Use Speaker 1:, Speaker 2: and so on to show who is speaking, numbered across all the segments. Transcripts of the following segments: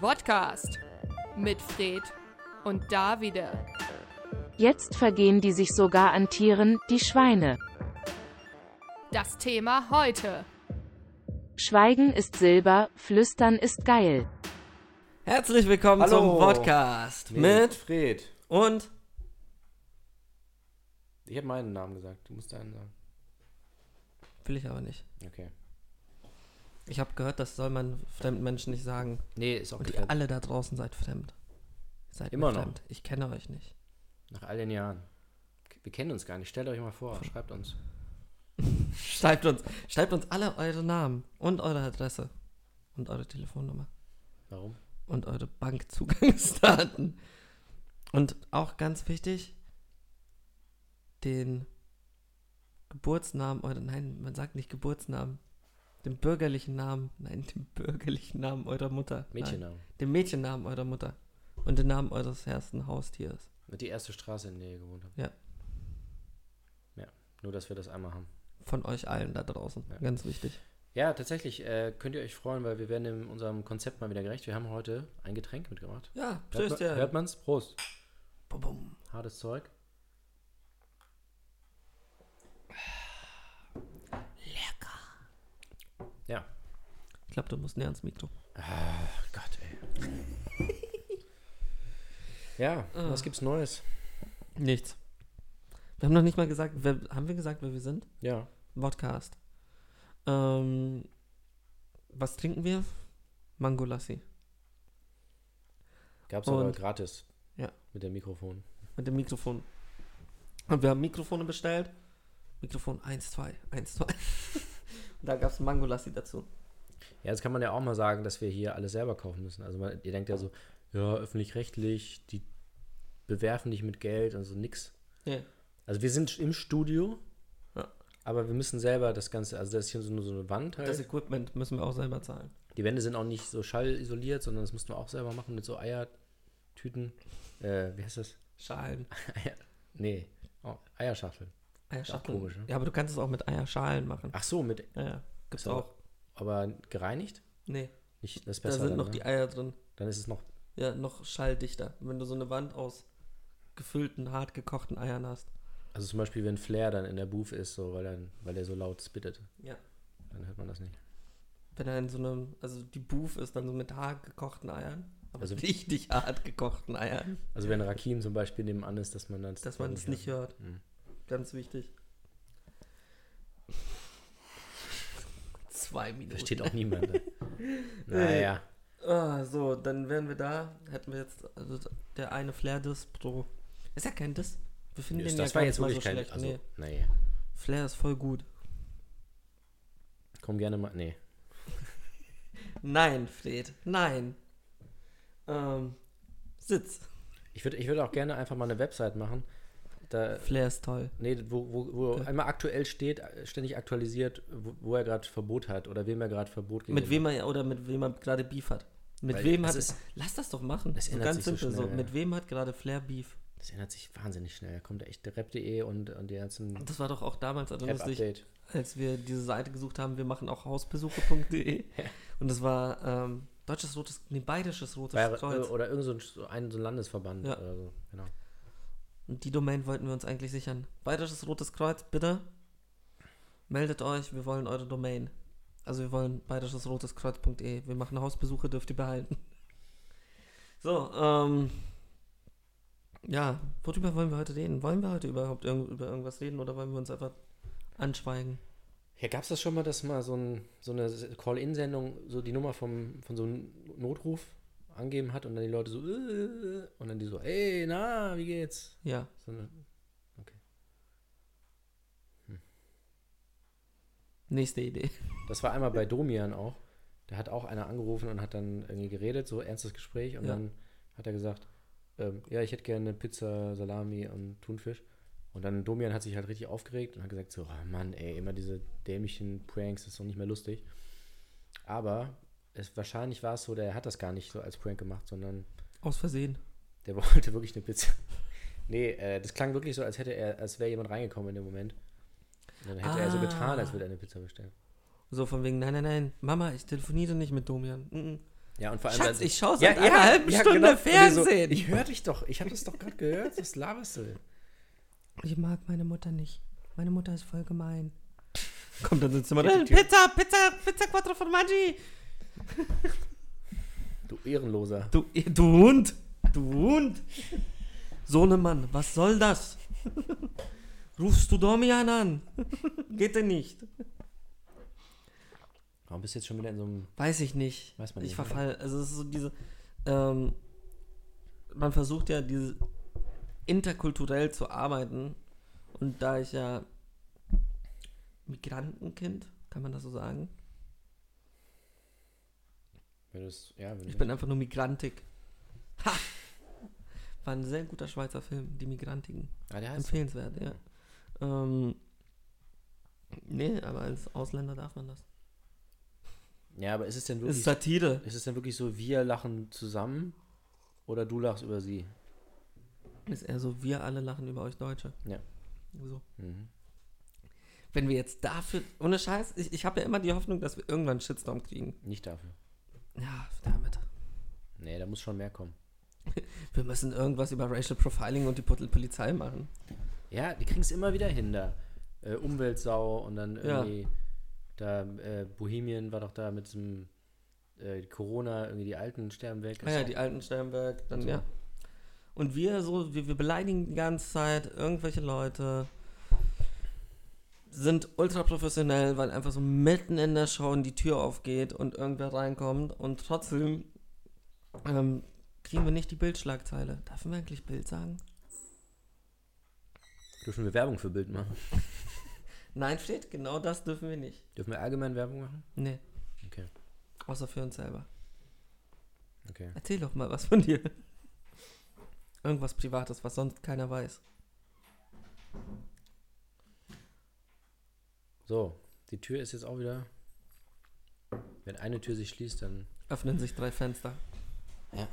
Speaker 1: Podcast mit Fred und Davide.
Speaker 2: Jetzt vergehen die sich sogar an Tieren, die Schweine.
Speaker 1: Das Thema heute.
Speaker 2: Schweigen ist Silber, Flüstern ist geil.
Speaker 3: Herzlich willkommen
Speaker 4: Hallo.
Speaker 3: zum Podcast
Speaker 4: Mit
Speaker 3: mit
Speaker 4: Fred.
Speaker 3: und
Speaker 4: Ich habe meinen Namen gesagt. Du musst deinen sagen.
Speaker 3: will ich aber nicht.
Speaker 4: Okay.
Speaker 3: Ich habe gehört, das soll man fremden Menschen nicht sagen.
Speaker 4: Nee, ist auch äh,
Speaker 3: Und ihr
Speaker 4: getrennt.
Speaker 3: alle da draußen seid fremd. Ihr Seid
Speaker 4: Immer
Speaker 3: mir
Speaker 4: noch.
Speaker 3: fremd. Ich kenne euch nicht.
Speaker 4: Nach all den Jahren. Wir kennen uns gar nicht. Stellt euch mal vor. Schreibt uns.
Speaker 3: Schreibt uns, schreibt uns alle eure Namen und eure Adresse und eure Telefonnummer
Speaker 4: Warum?
Speaker 3: und eure Bankzugangsdaten. Und auch ganz wichtig, den Geburtsnamen eurer, nein, man sagt nicht Geburtsnamen, den bürgerlichen Namen, nein, den bürgerlichen Namen eurer Mutter. Nein,
Speaker 4: Mädchennamen.
Speaker 3: den Mädchennamen eurer Mutter und den Namen eures ersten Haustieres.
Speaker 4: Mit die erste Straße, in der ihr gewohnt habt.
Speaker 3: Ja.
Speaker 4: Ja. Nur, dass wir das einmal haben.
Speaker 3: Von euch allen da draußen.
Speaker 4: Ja.
Speaker 3: Ganz wichtig.
Speaker 4: Ja, tatsächlich äh, könnt ihr euch freuen, weil wir werden in unserem Konzept mal wieder gerecht. Wir haben heute ein Getränk mitgebracht.
Speaker 3: Ja,
Speaker 4: Hört
Speaker 3: Prost,
Speaker 4: man-
Speaker 3: ja.
Speaker 4: Hört man's? Prost.
Speaker 3: Bum, bum.
Speaker 4: Hartes Zeug. Lecker. Ja.
Speaker 3: Ich glaube, du musst näher ans Mikro.
Speaker 4: Oh Gott, ey. ja,
Speaker 3: Ah.
Speaker 4: was gibt's Neues?
Speaker 3: Nichts. Wir haben noch nicht mal gesagt, wer, haben wir gesagt, wer wir sind?
Speaker 4: Ja.
Speaker 3: Podcast. Ähm, was trinken wir? Mangolassi.
Speaker 4: Gab's aber
Speaker 3: Und-
Speaker 4: gratis.
Speaker 3: Ja.
Speaker 4: Mit dem Mikrofon.
Speaker 3: Mit dem Mikrofon. Und wir haben Mikrofone bestellt. Mikrofon 1, 2, 1, 2. Und da gab es Mangolassi dazu.
Speaker 4: Ja, jetzt kann man ja auch mal sagen, dass wir hier alles selber kaufen müssen. Also man, ihr denkt ja so, ja, öffentlich-rechtlich, die bewerfen dich mit Geld und so nix.
Speaker 3: Ja.
Speaker 4: Also wir sind im Studio,
Speaker 3: Ja.
Speaker 4: aber wir müssen selber das Ganze, also das ist hier so nur so eine Wand halt.
Speaker 3: Das Equipment müssen wir auch selber zahlen.
Speaker 4: Die Wände sind auch nicht so schallisoliert, sondern das mussten wir auch selber machen mit so Eiertüten. Äh, wie heißt das?
Speaker 3: Schalen.
Speaker 4: Eier, nee, oh, Eierschachteln.
Speaker 3: Eierschachteln.
Speaker 4: komisch, ne?
Speaker 3: Ja, aber du kannst es auch mit Eierschalen machen.
Speaker 4: Ach so, mit,
Speaker 3: Ja, ja. Gibt's
Speaker 4: Ist aber-
Speaker 3: auch.
Speaker 4: aber gereinigt?
Speaker 3: Nee,
Speaker 4: Nicht, das ist
Speaker 3: da
Speaker 4: besser.
Speaker 3: sind
Speaker 4: dann,
Speaker 3: noch
Speaker 4: ne?
Speaker 3: die Eier drin.
Speaker 4: dann ist es noch.
Speaker 3: Ja, noch schalldichter. Wenn du so eine Wand aus gefüllten, hart gekochten Eiern hast.
Speaker 4: Also zum Beispiel, wenn Flair dann in der Booth ist, so, weil, dann, weil er so laut spittet,
Speaker 3: Ja.
Speaker 4: dann hört man das nicht.
Speaker 3: Wenn er in so einem, also die Booth ist dann so mit hart gekochten Eiern. Aber
Speaker 4: Also-
Speaker 3: richtig hart gekochten Eiern,
Speaker 4: Also wenn Rakim zum Beispiel nebenan ist, dass man dann.
Speaker 3: dass man es nicht hört.
Speaker 4: Mhm.
Speaker 3: Ganz wichtig. Zwei Minuten.
Speaker 4: Versteht auch niemand. ne? naja.
Speaker 3: Ah, so, dann wären wir da. Hätten wir jetzt, also der eine Flair-Diss pro. Ist ja kein Diss. Wir finden den ja
Speaker 4: das
Speaker 3: gar
Speaker 4: war
Speaker 3: nicht
Speaker 4: jetzt
Speaker 3: mal so
Speaker 4: wirklich kein.
Speaker 3: schlecht.
Speaker 4: Also,
Speaker 3: nee.
Speaker 4: Nee.
Speaker 3: Flair ist voll gut.
Speaker 4: Komm gerne mal. Nee.
Speaker 3: Nein, Fred, nein. Ähm, Sitz.
Speaker 4: Ich würde ich würd auch gerne einfach mal eine Website machen. Da,
Speaker 3: Flair ist toll.
Speaker 4: nee, wo, wo, wo einmal aktuell steht, ständig aktualisiert, wo, wo er gerade Verbot hat oder wem er gerade Verbot gegeben
Speaker 3: Mit wem er oder mit wem er gerade Beef hat. Mit
Speaker 4: Weil
Speaker 3: wem
Speaker 4: es
Speaker 3: hat
Speaker 4: ist-
Speaker 3: Lass das doch machen.
Speaker 4: Es
Speaker 3: so
Speaker 4: ändert
Speaker 3: ganz
Speaker 4: sich so
Speaker 3: simpel so.
Speaker 4: schnell, ja.
Speaker 3: Mit wem hat gerade Flair Beef?
Speaker 4: Das ändert sich wahnsinnig schnell. Da kommt echt der Rap.de und, und die ganzen
Speaker 3: Das war doch auch damals also lustig,
Speaker 4: App-Update.
Speaker 3: als wir diese Seite gesucht haben, wir machen auch hausbesuche.de. Und das war ähm, deutsches rotes, nee, bayerisches rotes
Speaker 4: Bayer- äh,
Speaker 3: Kreuz.
Speaker 4: Oder irgend so ein, so ein, so ein Landesverband
Speaker 3: Ja.
Speaker 4: oder so. Genau.
Speaker 3: Und die Domain wollten wir uns eigentlich sichern. Bayerisches rotes Kreuz, bitte. Meldet euch, wir wollen eure Domain. Also wir wollen bayerisches rotes Kreuz.de. Wir machen Hausbesuche, dürft ihr behalten. So, ähm. Ja, worüber wollen wir heute reden? Wollen wir heute überhaupt irgend, über irgendwas reden oder wollen wir uns einfach anschweigen?
Speaker 4: Ja, gab es das schon mal, dass mal so, ein, so eine Call-In-Sendung so die Nummer vom, von so einem Notruf angeben hat und dann die Leute so äh, und dann die so, ey, na, wie geht's?
Speaker 3: Ja.
Speaker 4: So eine,
Speaker 3: Nächste Idee.
Speaker 4: Das war einmal bei Domian auch. Da hat auch einer angerufen und hat dann irgendwie geredet, so ernstes Gespräch. Und
Speaker 3: Ja.
Speaker 4: dann hat er gesagt, ähm, ja, ich hätte gerne Pizza, Salami und Thunfisch. Und dann Domian hat sich halt richtig aufgeregt und hat gesagt, so, oh Mann, ey, immer diese dämlichen Pranks, das ist doch nicht mehr lustig. Aber es, wahrscheinlich war es so, der hat das gar nicht so als Prank gemacht, sondern
Speaker 3: Aus Versehen.
Speaker 4: der wollte wirklich eine Pizza. nee, äh, das klang wirklich so, als hätte er, als wäre jemand reingekommen in dem Moment. Und dann hätte er so
Speaker 3: Ah.
Speaker 4: getan, als würde er eine Pizza bestellen.
Speaker 3: So von wegen, nein, nein, nein, Mama, ich telefoniere nicht mit Domian. Mm -mm.
Speaker 4: Ja, und vor allem.
Speaker 3: Schatz,
Speaker 4: dann-
Speaker 3: ich schaue seit einer halben Stunde
Speaker 4: genau. Und die so,
Speaker 3: Fernsehen.
Speaker 4: ich höre dich doch. Ich habe das doch gerade gehört. Was laberst du denn?
Speaker 3: Ich mag meine Mutter nicht. Meine Mutter ist voll gemein. Kommt dann ins Zimmer.
Speaker 4: Geht die Tür-
Speaker 3: Pizza, Pizza, Pizza Quattro Formaggi.
Speaker 4: Du Ehrenloser.
Speaker 3: Du, du Hund, du Hund. So ne Mann, was soll das? Rufst du Domian an? Geht denn nicht?
Speaker 4: Warum bist du jetzt schon wieder in so einem.
Speaker 3: Weiß ich nicht.
Speaker 4: Weiß man
Speaker 3: ich
Speaker 4: nicht, ne?
Speaker 3: verfall. Also es ist so diese. Ähm, man versucht ja diese interkulturell zu arbeiten und da ich ja Migrantenkind, kann man das so sagen?
Speaker 4: Wenn du es- ja, wenn
Speaker 3: Ich
Speaker 4: du-
Speaker 3: bin einfach nur Migrantik. Ha! War ein sehr guter Schweizer Film, Die Migrantiken.
Speaker 4: ah, der heißt.
Speaker 3: Empfehlenswert, ja. Ähm, nee, aber als Ausländer darf man das.
Speaker 4: Ja, aber ist halt es denn
Speaker 3: Ist
Speaker 4: wirklich.
Speaker 3: Satire.
Speaker 4: Ist es denn wirklich so, wir lachen zusammen oder du lachst über sie?
Speaker 3: Ist eher so, wir alle lachen über euch Deutsche.
Speaker 4: Ja.
Speaker 3: So.
Speaker 4: Mhm.
Speaker 3: Wenn wir jetzt dafür, ohne Scheiß, ich, ich habe ja immer die Hoffnung, dass wir irgendwann einen Shitstorm kriegen.
Speaker 4: Nicht dafür.
Speaker 3: Ja, damit.
Speaker 4: Nee, da muss schon mehr kommen.
Speaker 3: Wir müssen irgendwas über Racial Profiling und die Pol- Polizei machen.
Speaker 4: Ja, die kriegen es immer wieder hin da. Äh, Umweltsau und dann
Speaker 3: Ja.
Speaker 4: irgendwie da äh, Bohemien war doch da mit diesem äh, Corona, irgendwie die Alten sterben weg.
Speaker 3: Ah ja, die alten Sternberg, dann
Speaker 4: So.
Speaker 3: ja. Und wir so, wir, wir beleidigen die ganze Zeit irgendwelche Leute, sind ultra professionell, weil einfach so mitten in der Show die Tür aufgeht und irgendwer reinkommt und trotzdem ähm, kriegen wir nicht die Bildschlagzeile. Darf man eigentlich Bild sagen?
Speaker 4: Dürfen wir Werbung für Bild machen?
Speaker 3: Nein, steht, genau das dürfen wir nicht.
Speaker 4: Dürfen wir allgemein Werbung machen?
Speaker 3: Nee,
Speaker 4: Okay,
Speaker 3: außer für uns selber.
Speaker 4: okay.
Speaker 3: Erzähl doch mal was von dir. Irgendwas Privates, was sonst keiner weiß.
Speaker 4: So, die Tür ist jetzt auch wieder. Wenn eine Tür sich schließt, dann.
Speaker 3: Öffnen sich drei Fenster.
Speaker 4: Ja.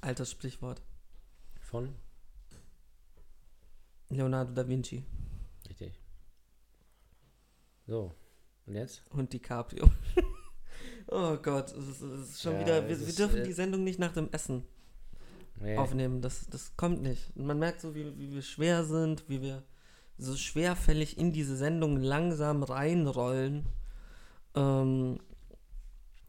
Speaker 3: Altes Sprichwort.
Speaker 4: Von?
Speaker 3: Leonardo da Vinci
Speaker 4: Richtig. So, und jetzt?
Speaker 3: und DiCaprio. oh Gott, es ist, es ist schon
Speaker 4: Ja,
Speaker 3: wieder. Wir,
Speaker 4: es
Speaker 3: wir
Speaker 4: ist,
Speaker 3: dürfen
Speaker 4: äh,
Speaker 3: die Sendung nicht nach dem Essen
Speaker 4: Nee.
Speaker 3: aufnehmen. Das, das kommt nicht. Und man merkt so, wie, wie wir schwer sind, wie wir so schwerfällig in diese Sendung langsam reinrollen. Ähm,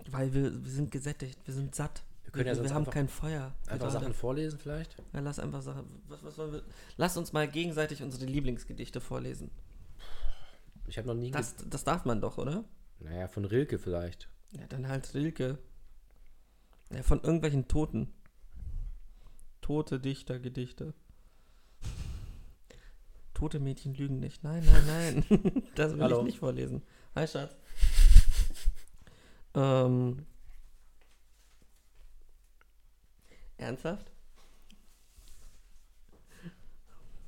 Speaker 3: weil wir, wir sind gesättigt, wir sind satt.
Speaker 4: Wir können ja
Speaker 3: wir,
Speaker 4: sonst
Speaker 3: wir haben
Speaker 4: einfach-
Speaker 3: kein Feuer.
Speaker 4: Einfach
Speaker 3: gerade.
Speaker 4: Sachen vorlesen vielleicht?
Speaker 3: Ja, lass einfach Sachen. Was, was wollen wir? Lass uns mal gegenseitig unsere Lieblingsgedichte vorlesen.
Speaker 4: Ich habe noch nie.
Speaker 3: Das, das darf man doch, oder?
Speaker 4: ge- Naja, von Rilke vielleicht.
Speaker 3: Ja, dann halt Rilke. Ja, von irgendwelchen Toten. Tote Dichter, Gedichte. Tote Mädchen lügen nicht. Nein, nein, nein. Das will
Speaker 4: Hallo.
Speaker 3: ich nicht vorlesen. Hi, Schatz. Ähm. Ernsthaft?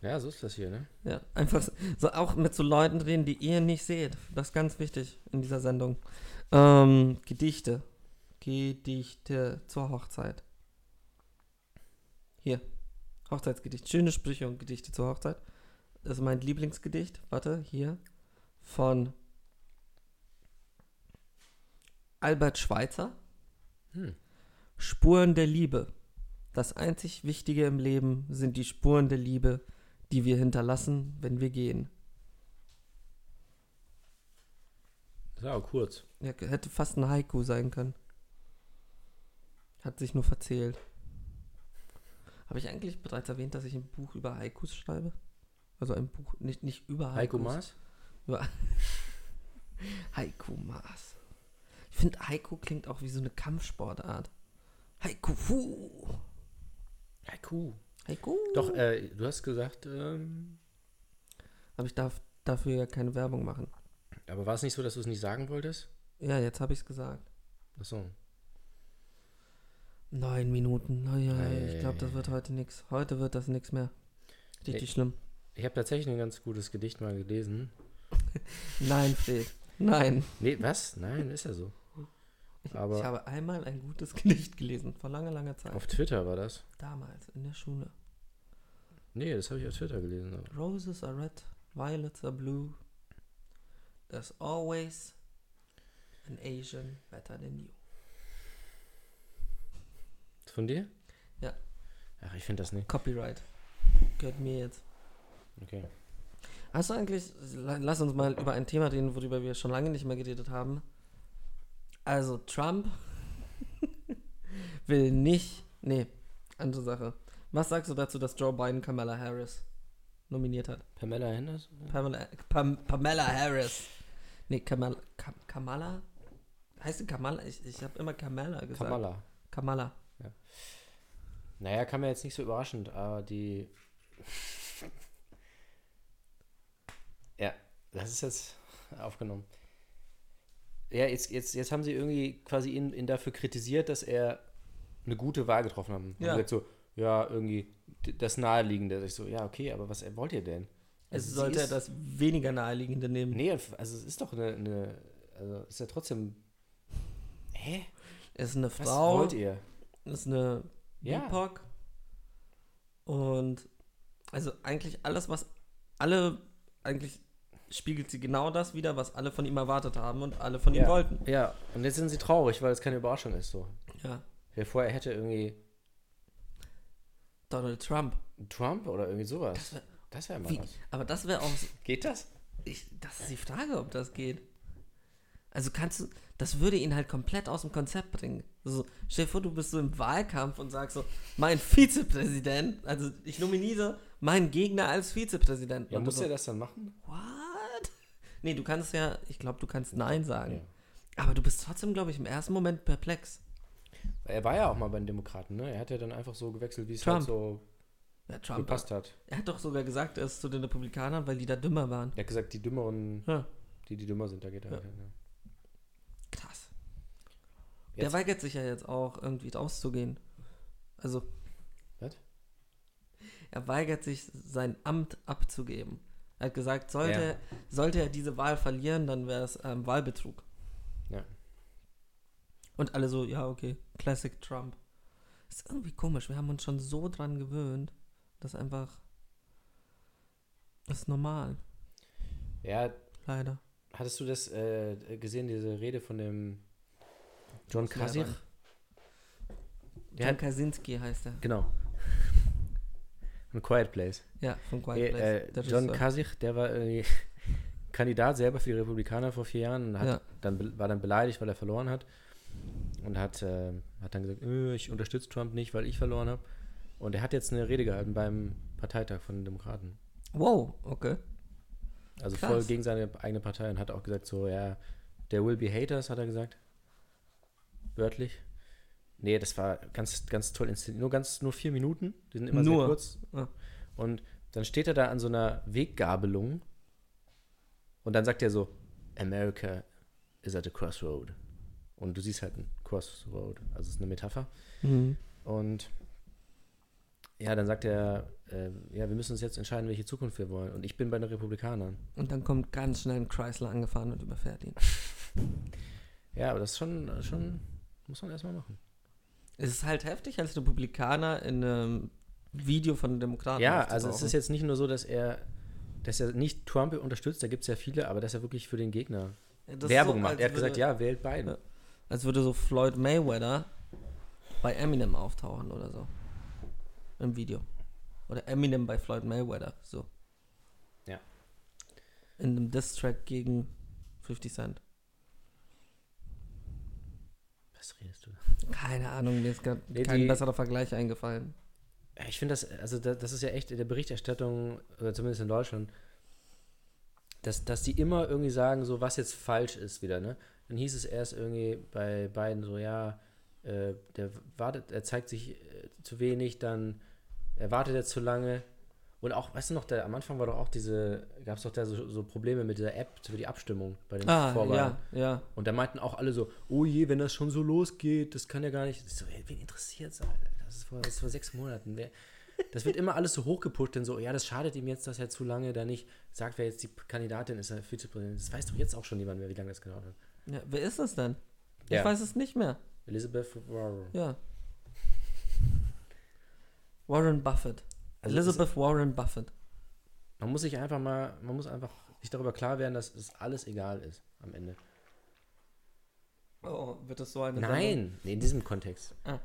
Speaker 4: Ja, so ist das hier, ne?
Speaker 3: Ja, einfach so auch mit so Leuten reden, die ihr nicht seht. Das ist ganz wichtig in dieser Sendung. Ähm, Gedichte. Gedichte zur Hochzeit. Hier. Hochzeitsgedicht. Schöne Sprüche und Gedichte zur Hochzeit. Das ist mein Lieblingsgedicht. Warte, hier. Von Albert Schweitzer.
Speaker 4: Hm.
Speaker 3: Spuren der Liebe. Das einzig Wichtige im Leben sind die Spuren der Liebe, die wir hinterlassen, wenn wir gehen.
Speaker 4: Das war aber kurz.
Speaker 3: Ja, hätte fast ein Haiku sein können. Hat sich nur verzählt. Habe ich eigentlich bereits erwähnt, dass ich ein Buch über Haikus schreibe? Also ein Buch, nicht, nicht über
Speaker 4: Heiko
Speaker 3: Haikus.
Speaker 4: Maas?
Speaker 3: Haiku Maß. Ich finde, Haiku klingt auch wie so eine Kampfsportart. Haiku. Fu.
Speaker 4: Haiku.
Speaker 3: Haiku.
Speaker 4: Doch, äh, du hast gesagt, ähm,
Speaker 3: Aber ich darf dafür ja keine Werbung machen.
Speaker 4: aber war es nicht so, dass du es nicht sagen wolltest?
Speaker 3: Ja, jetzt habe ich es gesagt.
Speaker 4: Achso.
Speaker 3: Neun Minuten. Oh ja,
Speaker 4: Ei,
Speaker 3: ich glaube, das wird heute nichts. Heute wird das nichts mehr. Richtig
Speaker 4: Ey.
Speaker 3: schlimm.
Speaker 4: Ich habe tatsächlich ein ganz gutes Gedicht mal gelesen.
Speaker 3: Nein, Fred. Nein.
Speaker 4: Nee, was? Nein, ist ja so. Aber
Speaker 3: ich habe einmal ein gutes Gedicht gelesen. Vor langer, langer Zeit.
Speaker 4: auf Twitter war das.
Speaker 3: Damals, in der Schule.
Speaker 4: Nee, das habe ich auf Twitter gelesen. aber-
Speaker 3: Roses are red, violets are blue. There's always an Asian better than you.
Speaker 4: Von dir?
Speaker 3: Ja.
Speaker 4: Ach, ich finde das nicht.
Speaker 3: Copyright. Gehört mir jetzt.
Speaker 4: Okay.
Speaker 3: Hast du eigentlich, la- lass uns mal über ein Thema reden, worüber wir schon lange nicht mehr geredet haben. Also Trump will nicht, nee, andere Sache. Was sagst du dazu, dass Joe Biden Kamala Harris nominiert hat?
Speaker 4: Pamela Henderson?
Speaker 3: Pamela, Pam, Pamela Harris. Nee, Kamala, Kam, Kamala? Heißt sie Kamala? Ich, ich habe immer Kamala gesagt. Kamala.
Speaker 4: Kamala. Naja, kam mir jetzt nicht so überraschend, aber die. ja, das ist jetzt aufgenommen. Ja, jetzt, jetzt, jetzt haben sie irgendwie quasi ihn, ihn dafür kritisiert, dass er eine gute Wahl getroffen haben.
Speaker 3: Ja.
Speaker 4: Ja. Gesagt so, ja, irgendwie d- das Naheliegende. Ich so, ja, okay, aber was wollt ihr denn?
Speaker 3: Es
Speaker 4: Also sie
Speaker 3: sollte
Speaker 4: ist-
Speaker 3: das weniger naheliegende nehmen.
Speaker 4: Nee, also es ist doch eine. eine also es ist ja trotzdem. Hä?
Speaker 3: Es ist eine
Speaker 4: Was
Speaker 3: Frau,
Speaker 4: wollt ihr?
Speaker 3: es ist eine
Speaker 4: Ja.
Speaker 3: BIPOC. Und also eigentlich alles, was alle, eigentlich spiegelt sie genau das wieder, was alle von ihm erwartet haben und alle von ihm
Speaker 4: Ja.
Speaker 3: wollten.
Speaker 4: Ja, und jetzt sind sie traurig, weil es keine Überraschung ist. So.
Speaker 3: Ja.
Speaker 4: Wer vorher hätte irgendwie
Speaker 3: Donald Trump.
Speaker 4: Trump oder irgendwie sowas.
Speaker 3: wär-
Speaker 4: Das wäre mal
Speaker 3: Wie?
Speaker 4: was.
Speaker 3: Aber das wäre auch
Speaker 4: Geht das?
Speaker 3: Ich, das ist die Frage, ob das geht. Also kannst du, das würde ihn halt komplett aus dem Konzept bringen. Also, stell dir vor, du bist so im Wahlkampf und sagst so, mein Vizepräsident, also ich nominiere meinen Gegner als Vizepräsident.
Speaker 4: Ja,
Speaker 3: und du
Speaker 4: muss
Speaker 3: so,
Speaker 4: er das dann machen?
Speaker 3: what? Nee, du kannst ja, ich glaube, du kannst Nein sagen.
Speaker 4: Ja.
Speaker 3: Aber du bist trotzdem, glaube ich, im ersten Moment perplex.
Speaker 4: Er war ja auch mal bei den Demokraten, ne? Er hat ja dann einfach so gewechselt, wie es
Speaker 3: Trump.
Speaker 4: halt so
Speaker 3: Ja, Trump,
Speaker 4: gepasst hat.
Speaker 3: er hat doch sogar gesagt, er ist zu den Republikanern, weil die da dümmer waren.
Speaker 4: Er hat gesagt, die Dümmeren,
Speaker 3: Ja,
Speaker 4: die, die dümmer sind, da geht er. halt ne?
Speaker 3: Ja.
Speaker 4: Ja. Ja.
Speaker 3: krass. Der
Speaker 4: Jetzt-
Speaker 3: weigert sich ja jetzt auch, irgendwie rauszugehen. Also,
Speaker 4: Was?
Speaker 3: Er weigert sich, sein Amt abzugeben. Er hat gesagt, sollte, sollte er diese Wahl verlieren, dann wäre es ähm, Wahlbetrug.
Speaker 4: Ja.
Speaker 3: Und alle so, ja, okay, Classic Trump. Ist irgendwie komisch, wir haben uns schon so dran gewöhnt, dass einfach. Das ist normal,
Speaker 4: ja,
Speaker 3: leider.
Speaker 4: hattest du das äh, gesehen, diese Rede von dem John Kasich? Der
Speaker 3: John
Speaker 4: hat-
Speaker 3: Kaczynski heißt er.
Speaker 4: Genau. Ein Quiet Place.
Speaker 3: Ja, von Quiet
Speaker 4: Nee,
Speaker 3: Place.
Speaker 4: äh,
Speaker 3: der
Speaker 4: John
Speaker 3: Regisseur.
Speaker 4: Kasich, der war irgendwie Kandidat selber für die Republikaner vor vier Jahren und hat,
Speaker 3: Ja.
Speaker 4: dann, be- war dann beleidigt, weil er verloren hat. Und hat, äh, hat dann gesagt, "Äh, ich unterstütze Trump nicht, weil ich verloren habe. Und er hat jetzt eine Rede gehalten beim Parteitag von den Demokraten.
Speaker 3: Wow, okay.
Speaker 4: Also
Speaker 3: Krass.
Speaker 4: voll gegen seine eigene Partei und hat auch gesagt, so, ja, there will be haters, hat er gesagt. Wörtlich. Nee, das war ganz, ganz toll inszeniert. Nur ganz, nur vier Minuten. Die sind immer
Speaker 3: Nur.
Speaker 4: sehr kurz.
Speaker 3: Ah.
Speaker 4: Und dann steht er da an so einer Weggabelung und dann sagt er so, America is at a crossroad. Und du siehst halt ein Crossroad. Also es ist eine Metapher.
Speaker 3: Mhm.
Speaker 4: Und ja, dann sagt er, äh, ja, wir müssen uns jetzt entscheiden, welche Zukunft wir wollen. Und ich bin bei den Republikanern.
Speaker 3: Und dann kommt ganz schnell ein Chrysler angefahren und überfährt ihn.
Speaker 4: Ja, aber das ist schon, schon muss man erstmal machen.
Speaker 3: Es ist halt heftig, als Republikaner in einem Video von den Demokraten.
Speaker 4: ja, also es
Speaker 3: aufzutauchen.
Speaker 4: ist jetzt nicht nur so, dass er, dass er nicht Trump unterstützt, da gibt es ja viele, aber dass er wirklich für den Gegner
Speaker 3: Das ist
Speaker 4: Werbung
Speaker 3: so,
Speaker 4: macht.
Speaker 3: als
Speaker 4: Er hat
Speaker 3: würde,
Speaker 4: gesagt, ja, wählt Biden.
Speaker 3: Ja. Als würde so Floyd Mayweather bei Eminem auftauchen oder so. Im Video. Oder Eminem bei Floyd Mayweather, so.
Speaker 4: Ja.
Speaker 3: In einem Diss-Track gegen 50 Cent.
Speaker 4: Was redest du?
Speaker 3: Keine Ahnung, mir ist gerade
Speaker 4: Nee,
Speaker 3: kein
Speaker 4: die-
Speaker 3: besserer Vergleich eingefallen.
Speaker 4: Ich finde das, also da, das ist ja echt in der Berichterstattung, oder zumindest in Deutschland, dass, dass die immer irgendwie sagen, so was jetzt falsch ist wieder, ne? Dann hieß es erst irgendwie bei beiden so, ja, äh, der wartet, er zeigt sich äh, zu wenig, dann er wartet jetzt zu lange. Und auch, weißt du noch, der, am Anfang war doch auch diese, gab es doch da so, so Probleme mit dieser App für die Abstimmung bei den
Speaker 3: Ah,
Speaker 4: Vorwahlen.
Speaker 3: ja, ja.
Speaker 4: Und da meinten auch alle so, oh je, wenn das schon so losgeht, das kann ja gar nicht. Ich so, ey, wen interessiert es? Das ist vor, das ist vor sechs Monaten. Wer, das wird immer alles so hochgepusht, denn so, ja, das schadet ihm jetzt, dass er zu lange da nicht sagt, wer jetzt die Kandidatin ist, der Vizepräsident. Das weiß doch jetzt auch schon niemand mehr, wie lange das gedauert hat.
Speaker 3: ja. Wer ist das denn?
Speaker 4: Ja.
Speaker 3: Ich weiß es nicht mehr.
Speaker 4: Elizabeth Warren.
Speaker 3: Ja. Warren Buffett.
Speaker 4: Also
Speaker 3: Elizabeth Warren Buffett.
Speaker 4: Man muss sich einfach mal, man muss einfach sich darüber klar werden, dass es alles egal ist am Ende.
Speaker 3: Oh, wird das so eine
Speaker 4: Nein, nee, in diesem Kontext.
Speaker 3: Ah.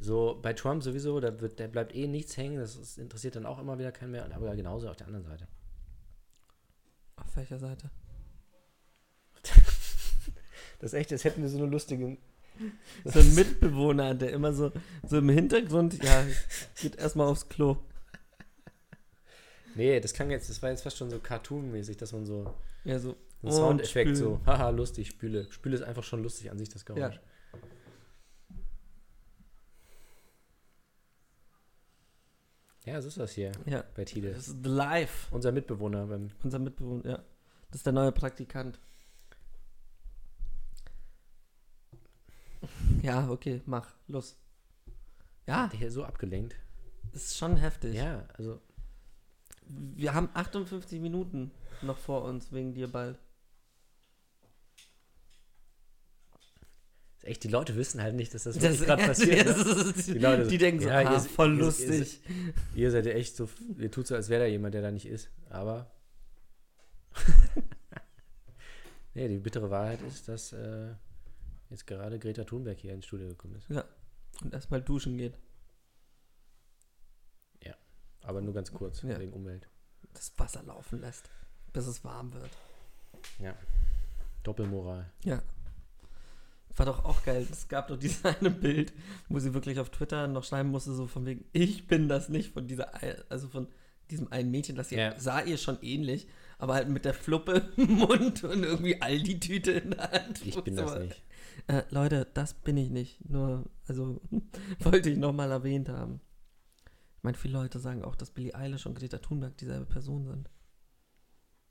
Speaker 4: So, bei Trump sowieso, da, wird, da bleibt eh nichts hängen, das ist, interessiert dann auch immer wieder keinen mehr, aber genauso auf der anderen Seite.
Speaker 3: Auf welcher Seite?
Speaker 4: Das ist echt, das hätten wir so eine lustige.
Speaker 3: So ein Mitbewohner, der immer so, so im Hintergrund, ja, geht erstmal aufs Klo.
Speaker 4: Nee, das klang jetzt, das war jetzt fast schon so cartoonmäßig, dass man so
Speaker 3: Ja, so. oh,
Speaker 4: so
Speaker 3: und
Speaker 4: einen
Speaker 3: spülen.
Speaker 4: Soundeffekt so, haha, lustig, Spüle. Spüle ist einfach schon lustig an sich, das Geräusch.
Speaker 3: Ja.
Speaker 4: Ja, so ist das hier
Speaker 3: Ja.
Speaker 4: bei Tide.
Speaker 3: Das ist the life.
Speaker 4: Unser Mitbewohner beim
Speaker 3: Unser Mitbewohner, ja. Das ist der neue Praktikant. Ja, okay, mach, los. Ja,
Speaker 4: der hier so abgelenkt.
Speaker 3: ist schon heftig.
Speaker 4: Ja, also
Speaker 3: Wir haben 58 Minuten noch vor uns wegen dir bald.
Speaker 4: ist echt, die Leute wissen halt nicht, dass das,
Speaker 3: Das
Speaker 4: wirklich gerade passiert. ne?
Speaker 3: ist,
Speaker 4: Die Leute so,
Speaker 3: die denken so,
Speaker 4: ja,
Speaker 3: ah,
Speaker 4: ihr-
Speaker 3: voll
Speaker 4: ihr- ihr-
Speaker 3: lustig.
Speaker 4: Ihr seid ja echt so, ihr tut so, als wäre da jemand, der da nicht ist. Aber. nee, die bittere Wahrheit ist, dass äh, jetzt gerade Greta Thunberg hier ins Studio gekommen ist.
Speaker 3: Und erstmal duschen geht.
Speaker 4: Aber nur ganz kurz,
Speaker 3: Ja.
Speaker 4: wegen Umwelt.
Speaker 3: Das Wasser laufen lässt, bis es warm wird.
Speaker 4: Doppelmoral.
Speaker 3: War doch auch geil. Es gab doch dieses eine Bild, wo sie wirklich auf Twitter noch schreiben musste, so von wegen, ich bin das nicht von dieser, ei- also von diesem einen Mädchen, das sie
Speaker 4: Ja.
Speaker 3: sah ihr schon ähnlich, aber halt mit der Fluppe im Mund und irgendwie Aldi-Tüte in der Hand.
Speaker 4: Ich bin
Speaker 3: So,
Speaker 4: das nicht.
Speaker 3: Äh, Leute, das bin ich nicht. Nur, also wollte ich nochmal erwähnt haben. Ich meine, viele Leute sagen auch, dass Billie Eilish und Greta Thunberg dieselbe Person sind.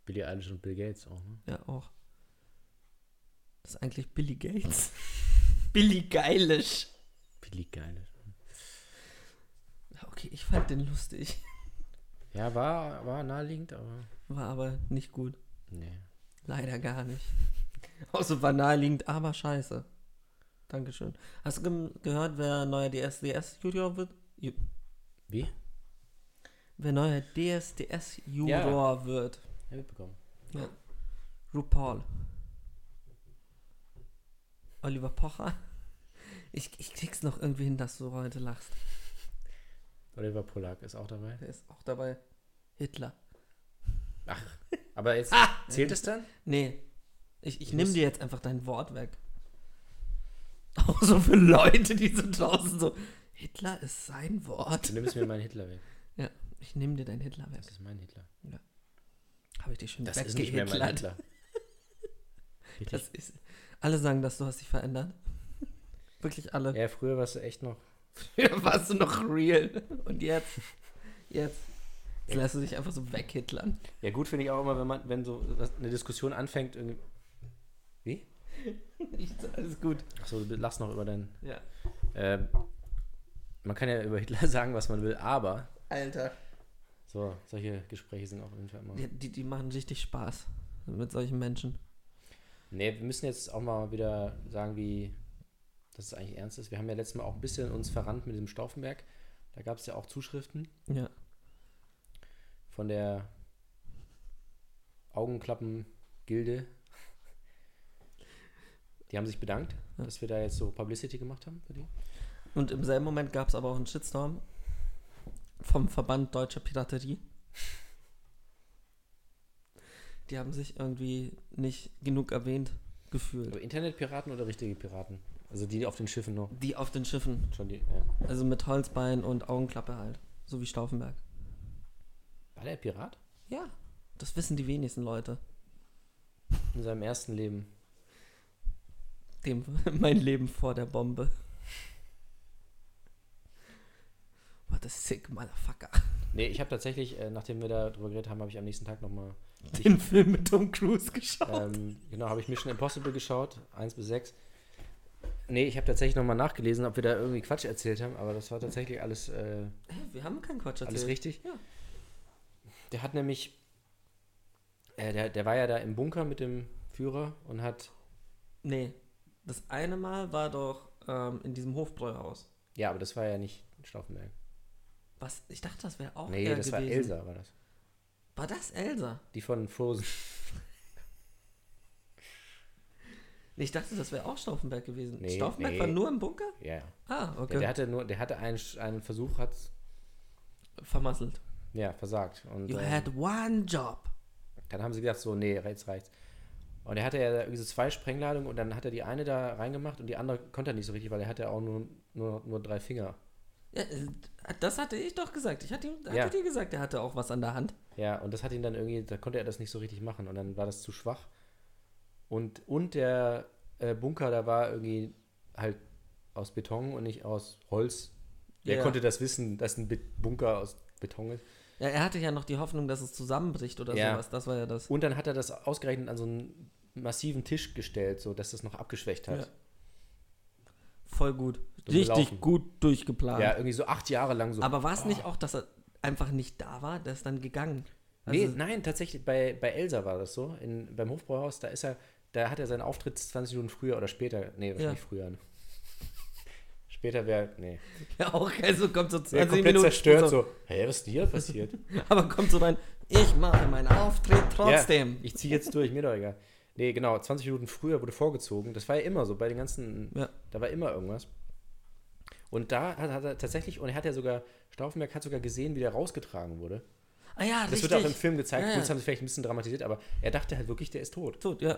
Speaker 4: Billie Eilish und Bill Gates auch, ne?
Speaker 3: Ja, auch. Das ist eigentlich Billy Gates. Billy Geilish.
Speaker 4: Billie Eilish.
Speaker 3: Ja, Okay, ich fand den lustig.
Speaker 4: Ja, war, war naheliegend, aber.
Speaker 3: War aber nicht gut.
Speaker 4: Nee.
Speaker 3: Leider gar nicht. Außer war naheliegend, aber scheiße. Dankeschön. Hast du ge gehört, wer neuer DSDS-Juror wird? Ju
Speaker 4: Wie?
Speaker 3: Wer neuer DSDS-Juror wird?
Speaker 4: Ja, mitbekommen.
Speaker 3: Ja. RuPaul. Oliver Pocher. Ich, ich krieg's noch irgendwie hin, dass du heute lachst.
Speaker 4: Oliver Polak ist auch dabei.
Speaker 3: Der ist auch dabei. Hitler.
Speaker 4: Aber jetzt
Speaker 3: Ah!
Speaker 4: zählt es dann?
Speaker 3: Nee. Ich, ich
Speaker 4: Du
Speaker 3: nehme
Speaker 4: musst-
Speaker 3: dir jetzt einfach dein Wort weg. Auch so für Leute, die so draußen so. Hitler ist sein
Speaker 4: Du
Speaker 3: Wort.
Speaker 4: nimmst mir meinen Hitler weg.
Speaker 3: Ich nehme dir dein Hitler weg.
Speaker 4: Das ist mein Hitler.
Speaker 3: Habe ich dich schon
Speaker 4: Das ist nicht mehr mein
Speaker 3: weggehitlert?
Speaker 4: Hitler. Richtig.
Speaker 3: Das ist. Alle sagen, dass du hast dich verändert. Wirklich alle.
Speaker 4: Ja, früher warst du echt noch.
Speaker 3: Früher warst du noch real. Und jetzt. Jetzt. Jetzt lässt du dich einfach so weghitlern.
Speaker 4: Ja, gut finde ich auch immer, wenn man, wenn so was- eine Diskussion anfängt, irgendwie. Wie?
Speaker 3: Alles gut.
Speaker 4: Achso, du lachst noch über deinen.
Speaker 3: Ja.
Speaker 4: Ähm, man kann ja über Hitler sagen, was man will, aber
Speaker 3: Alter.
Speaker 4: so, solche Gespräche sind auch irgendwie immer.
Speaker 3: Die, die, die machen richtig Spaß. Mit solchen Menschen.
Speaker 4: Nee, wir müssen jetzt auch mal wieder sagen, wie dass es eigentlich ernst ist. Wir haben ja letztes Mal auch ein bisschen uns verrannt mit dem Stauffenberg. Da gab es ja auch Zuschriften
Speaker 3: Ja.
Speaker 4: von der Augenklappen-Gilde. Die haben sich bedankt,
Speaker 3: Ja.
Speaker 4: dass wir da jetzt so Publicity gemacht haben für die.
Speaker 3: Und im selben Moment gab es aber auch einen Shitstorm vom Verband Deutscher Piraterie. Die haben sich irgendwie nicht genug erwähnt gefühlt.
Speaker 4: Aber Also Internetpiraten oder richtige Piraten? Also die auf den Schiffen noch.
Speaker 3: Die auf den Schiffen.
Speaker 4: Schon die, ja.
Speaker 3: Also mit Holzbein und Augenklappe halt. So wie Stauffenberg.
Speaker 4: War der Pirat?
Speaker 3: Ja, das wissen die wenigsten Leute.
Speaker 4: In seinem ersten Leben.
Speaker 3: Dem mein Leben vor der Bombe. What a sick motherfucker.
Speaker 4: Nee, ich habe tatsächlich, äh, nachdem wir da drüber geredet haben, habe ich am nächsten Tag nochmal
Speaker 3: Den Film mit Tom Cruise geschaut.
Speaker 4: Ähm, genau, habe ich Mission Impossible geschaut, 1 bis 6. Nee, ich habe tatsächlich nochmal nachgelesen, ob wir da irgendwie Quatsch erzählt haben, aber das war tatsächlich alles, äh,
Speaker 3: Hä, wir haben keinen Quatsch
Speaker 4: alles
Speaker 3: erzählt.
Speaker 4: richtig.
Speaker 3: Ja.
Speaker 4: Der hat nämlich, äh, der, der war ja da im Bunker mit dem Führer und hat,
Speaker 3: Nee. Das eine Mal war doch ähm, in diesem Hofbräuhaus.
Speaker 4: ja, aber das war ja nicht Stauffenberg.
Speaker 3: Was? Ich dachte, das wäre auch
Speaker 4: nee,
Speaker 3: er
Speaker 4: das war
Speaker 3: gewesen.
Speaker 4: Elsa, war das.
Speaker 3: War das Elsa?
Speaker 4: Die von Frozen.
Speaker 3: Nee, Ich dachte, das wäre auch Stauffenberg gewesen.
Speaker 4: Nee,
Speaker 3: Stauffenberg
Speaker 4: nee.
Speaker 3: war nur im Bunker?
Speaker 4: Ja, ja.
Speaker 3: Ah, okay.
Speaker 4: Der, der hatte nur, der hatte einen, Sch- einen Versuch, hat
Speaker 3: Vermasselt.
Speaker 4: ja versagt. Und
Speaker 3: You
Speaker 4: ähm,
Speaker 3: had one job.
Speaker 4: dann haben sie gesagt, so, nee, rechts, rechts. Und er hatte ja da diese zwei Sprengladungen und dann hat er die eine da reingemacht und die andere konnte er nicht so richtig, weil er hatte auch nur, nur, nur drei Finger.
Speaker 3: Ja, äh, das hatte ich doch gesagt. Ich hatte, ihm- hatte
Speaker 4: Ja.
Speaker 3: dir gesagt, er hatte auch was an der Hand.
Speaker 4: Ja, und das hat ihn dann irgendwie, da konnte er das nicht so richtig machen und dann war das zu schwach. Und, und der äh, Bunker, da war irgendwie halt aus Beton und nicht aus Holz. Wer
Speaker 3: Ja.
Speaker 4: konnte das wissen, dass ein Be Bunker aus Beton ist?
Speaker 3: Ja, er hatte ja noch die Hoffnung, dass es zusammenbricht oder
Speaker 4: Ja.
Speaker 3: sowas. Das war ja das.
Speaker 4: Und dann hat er das ausgerechnet an so einen massiven Tisch gestellt, so dass das noch abgeschwächt hat.
Speaker 3: Voll gut.
Speaker 4: Dumm gelaufen.
Speaker 3: gut
Speaker 4: Ja,
Speaker 3: durchgeplant.
Speaker 4: irgendwie so acht Jahre lang so.
Speaker 3: Aber war es nicht auch, dass er einfach nicht da war? Der ist dann gegangen. Also,
Speaker 4: nee, nein, tatsächlich, bei, bei Elsa war das so. In, beim Hofbräuhaus, da ist er, da hat er seinen Auftritt 20 Minuten früher oder später. Nee, wahrscheinlich früher. Ne? Später wäre, nee.
Speaker 3: Ja, auch geil, so kommt so
Speaker 4: Der
Speaker 3: 20
Speaker 4: komplett
Speaker 3: Also Minuten.
Speaker 4: zerstört, so, hä, was ist denn hier passiert?
Speaker 3: Aber kommt so rein, ich mache meinen Auftritt
Speaker 4: Ja,
Speaker 3: trotzdem.
Speaker 4: ich ziehe jetzt durch, mir doch egal. Nee, genau, 20 Minuten früher wurde vorgezogen. Das war ja immer so, bei den ganzen,
Speaker 3: Ja.
Speaker 4: da war immer irgendwas. Und da hat, hat er tatsächlich, und er hat ja sogar, Stauffenberg hat sogar gesehen, wie der rausgetragen wurde.
Speaker 3: ah ja,
Speaker 4: Das
Speaker 3: richtig.
Speaker 4: wird auch im Film gezeigt,
Speaker 3: Ja, ja.
Speaker 4: gut, das haben sie vielleicht ein bisschen dramatisiert, aber er dachte halt wirklich, der ist tot.
Speaker 3: Tot, ja.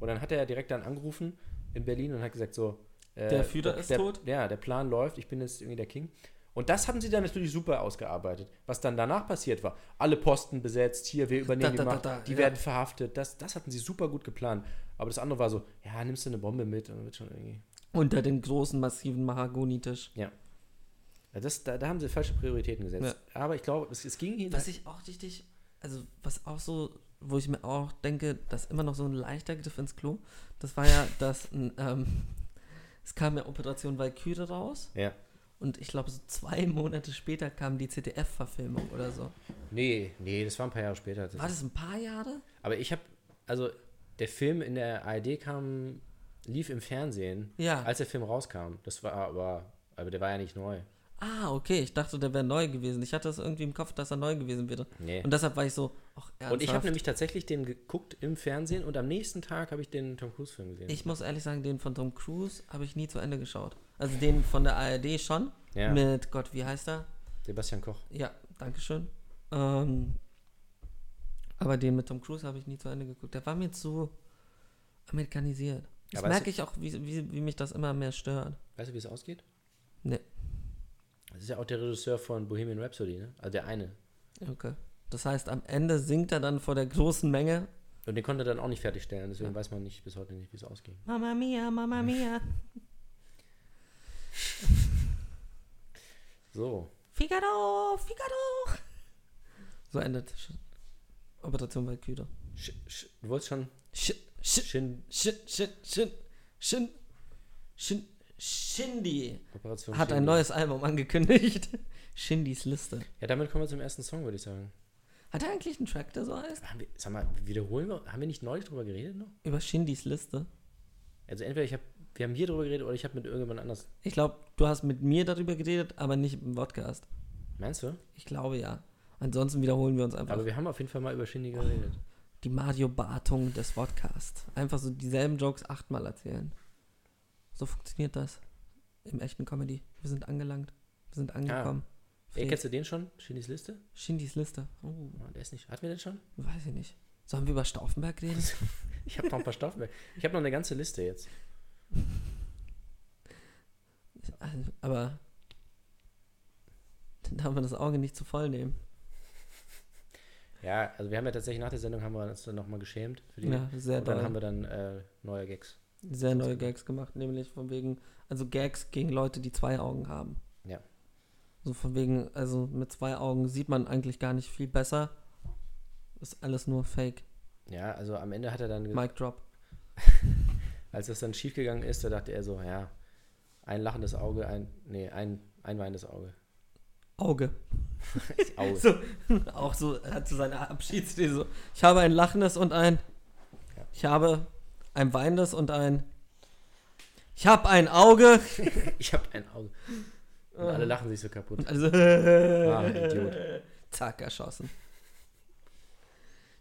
Speaker 4: Und dann hat er direkt dann angerufen in Berlin und hat gesagt so, äh,
Speaker 3: Der Führer ist
Speaker 4: der,
Speaker 3: tot?
Speaker 4: Ja, der Plan läuft, ich bin jetzt irgendwie der King. Und das haben sie dann natürlich super ausgearbeitet. Was dann danach passiert war, alle Posten besetzt, hier, wir übernehmen
Speaker 3: Da,
Speaker 4: die
Speaker 3: da, da,
Speaker 4: Macht,
Speaker 3: da,
Speaker 4: die
Speaker 3: ja.
Speaker 4: werden verhaftet. Das, das hatten sie super gut geplant. Aber das andere war so, ja, nimmst du eine Bombe mit und dann wird schon irgendwie...
Speaker 3: Unter den großen, massiven Mahagonitisch.
Speaker 4: Ja, Das, da, da haben sie falsche Prioritäten gesetzt. Aber ich glaube, es, es ging ihnen...
Speaker 3: Was ich auch richtig, also was auch so, wo ich mir auch denke, dass immer noch so ein leichter Griff ins Klo, das war ja, dass ein, ähm, es kam ja Operation Valkyrie raus
Speaker 4: ja.
Speaker 3: und ich glaube so zwei Monate später kam die ZDF-Verfilmung oder so.
Speaker 4: Nee, nee, das war ein paar Jahre später.
Speaker 3: War das ein paar Jahre?
Speaker 4: Aber ich habe, also der Film in der ARD kam, lief im Fernsehen,
Speaker 3: Ja.
Speaker 4: als der Film rauskam. Das war aber, aber der war ja nicht neu.
Speaker 3: Ah, okay, ich dachte, der wäre neu gewesen. Ich hatte das irgendwie im Kopf, dass er neu gewesen wäre.
Speaker 4: Nee.
Speaker 3: Und deshalb war ich so, ach ernsthaft.
Speaker 4: Und ich habe nämlich tatsächlich den geguckt im Fernsehen und am nächsten Tag habe ich den Tom Cruise Film gesehen.
Speaker 3: Ich muss ehrlich sagen, den von Tom Cruise habe ich nie zu Ende geschaut. Also den von der ARD schon.
Speaker 4: Ja.
Speaker 3: Mit Gott, wie heißt er?
Speaker 4: Sebastian Koch.
Speaker 3: Ja, Dankeschön. Ähm, aber den mit Tom Cruise habe ich nie zu Ende geguckt. Der war mir zu amerikanisiert. Das
Speaker 4: Aber
Speaker 3: merke
Speaker 4: es-
Speaker 3: ich auch, wie, wie, wie mich das immer mehr stört.
Speaker 4: Weißt du, wie es ausgeht?
Speaker 3: Nee,
Speaker 4: Das ist ja auch der Regisseur von Bohemian Rhapsody, ne? Also der eine.
Speaker 3: okay. Das heißt, am Ende singt er dann vor der großen Menge.
Speaker 4: Und den konnte er dann auch nicht fertigstellen, deswegen weiß man nicht bis heute nicht, wie es ausging.
Speaker 3: Mama mia, Mama mia,
Speaker 4: So.
Speaker 3: Figaro, Figaro. So endet Sch- Operation Valkyrie.
Speaker 4: Sch, sch, du wolltest schon
Speaker 3: Shit, shit,
Speaker 4: Shin
Speaker 3: shit, shit, shit, shit, shit, Shindy
Speaker 4: Operation
Speaker 3: hat ein
Speaker 4: Shin-
Speaker 3: neues Album angekündigt. Shindys Liste.
Speaker 4: Ja, damit kommen wir zum ersten Song, würde ich sagen.
Speaker 3: Hat er eigentlich einen Track, der so heißt?
Speaker 4: Haben wir, sag mal, wiederholen wir, haben wir nicht neulich drüber geredet noch?
Speaker 3: Über Shindys Liste.
Speaker 4: Also entweder ich hab, wir haben hier drüber geredet oder ich habe mit irgendjemand anders.
Speaker 3: Ich glaube, du hast mit mir darüber geredet, aber nicht im Podcast.
Speaker 4: Meinst du?
Speaker 3: Ich glaube ja. Ansonsten wiederholen wir uns einfach.
Speaker 4: Aber wir haben auf jeden Fall mal über Shindy geredet.
Speaker 3: die Mario-Bartung des Podcasts. Einfach so dieselben Jokes achtmal erzählen. So funktioniert das. Im echten Comedy. Wir sind angelangt. Wir sind angekommen.
Speaker 4: Ey,
Speaker 3: Fred.
Speaker 4: kennst du den schon? Shindys Liste?
Speaker 3: Shindys Liste. Oh,
Speaker 4: Oh, der ist nicht. Hatten wir den schon?
Speaker 3: weiß ich nicht. Sollen wir über Stauffenberg reden?
Speaker 4: Ich habe noch ein paar Staffeln. Ich habe noch eine ganze Liste jetzt.
Speaker 3: Also, aber dann darf man das Auge nicht zu voll nehmen.
Speaker 4: Ja, also wir haben ja tatsächlich nach der Sendung haben wir uns dann nochmal geschämt für die.
Speaker 3: Ja, sehr
Speaker 4: und dann
Speaker 3: doll.
Speaker 4: haben wir dann äh, neue Gags.
Speaker 3: sehr neue Gags gemacht, nämlich von wegen, also Gags gegen Leute, die zwei Augen haben.
Speaker 4: Ja.
Speaker 3: So von wegen, also mit zwei Augen sieht man eigentlich gar nicht viel besser. Ist alles nur Fake.
Speaker 4: Ja, also am Ende hat er dann, ge-
Speaker 3: Mic Drop.
Speaker 4: als das dann schiefgegangen ist, da dachte er so, ja, ein lachendes Auge, ein, nee, ein, ein weinendes Auge.
Speaker 3: Auge.
Speaker 4: Auge.
Speaker 3: So, auch so, er hat so seine Abschiedsrede so. Ich habe ein lachendes und ein.
Speaker 4: Ja.
Speaker 3: Ich habe ein weinendes und ein. Ich habe ein Auge.
Speaker 4: Ich habe ein Auge. Und alle lachen sich so kaputt.
Speaker 3: Und also.
Speaker 4: Ah, Idiot.
Speaker 3: Zack, erschossen.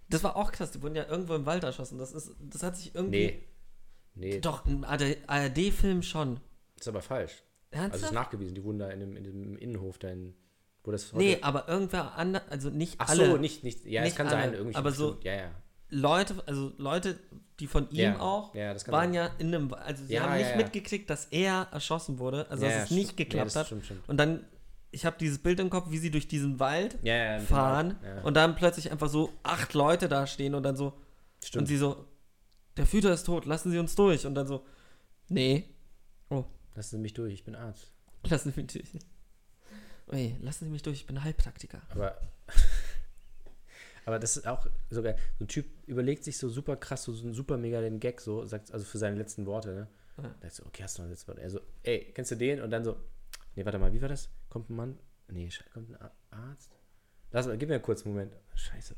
Speaker 3: Das war auch krass, die wurden ja irgendwo im Wald erschossen. Das ist, das hat sich irgendwie.
Speaker 4: Nee, Nee,
Speaker 3: Doch, ein ARD-Film schon.
Speaker 4: ist aber falsch. Also ist
Speaker 3: Ernsthaft?
Speaker 4: nachgewiesen, die wurden da in dem, in dem Innenhof, da in, wo das heute-
Speaker 3: nee, aber irgendwer anders, also nicht
Speaker 4: Ach
Speaker 3: alle
Speaker 4: so, nicht, nicht, ja, es
Speaker 3: Nicht
Speaker 4: kann sein,
Speaker 3: alle,
Speaker 4: irgendwie.
Speaker 3: aber so-
Speaker 4: bestimmt. Ja, ja.
Speaker 3: Leute, also Leute, die von ihm
Speaker 4: Ja,
Speaker 3: auch,
Speaker 4: ja, das kann
Speaker 3: waren
Speaker 4: sein.
Speaker 3: ja in einem, also sie
Speaker 4: Ja,
Speaker 3: haben
Speaker 4: ja,
Speaker 3: nicht
Speaker 4: ja.
Speaker 3: mitgekriegt, dass er erschossen wurde, also
Speaker 4: Ja,
Speaker 3: dass
Speaker 4: ja,
Speaker 3: es nicht
Speaker 4: stimmt. Nee,
Speaker 3: geklappt
Speaker 4: das
Speaker 3: hat.
Speaker 4: stimmt, stimmt.
Speaker 3: Und dann, ich habe dieses Bild im Kopf, wie sie durch diesen Wald
Speaker 4: Ja, ja, im
Speaker 3: fahren
Speaker 4: Wald, ja.
Speaker 3: und dann plötzlich einfach so acht Leute da stehen und dann so,
Speaker 4: Stimmt.
Speaker 3: und sie so, der Führer ist tot, lassen Sie uns durch. Und dann so, nee,
Speaker 4: Lassen Sie mich durch, ich bin Arzt.
Speaker 3: lassen Sie mich durch. Ui, lassen Sie mich durch, ich bin Heilpraktiker.
Speaker 4: Aber, aber das ist auch sogar, so ein Typ überlegt sich so super krass, so einen super mega den Gag, so, sagt, also für seine letzten Worte, ne?
Speaker 3: Ja.
Speaker 4: Sagt so, okay, hast du noch ein letztes Wort? Er so, ey, kennst du den? Und dann so, nee, warte mal, wie war das? Kommt ein Mann? Nee, sche- kommt ein A- Arzt? Lass mal, gib mir kurz einen Moment. Scheiße.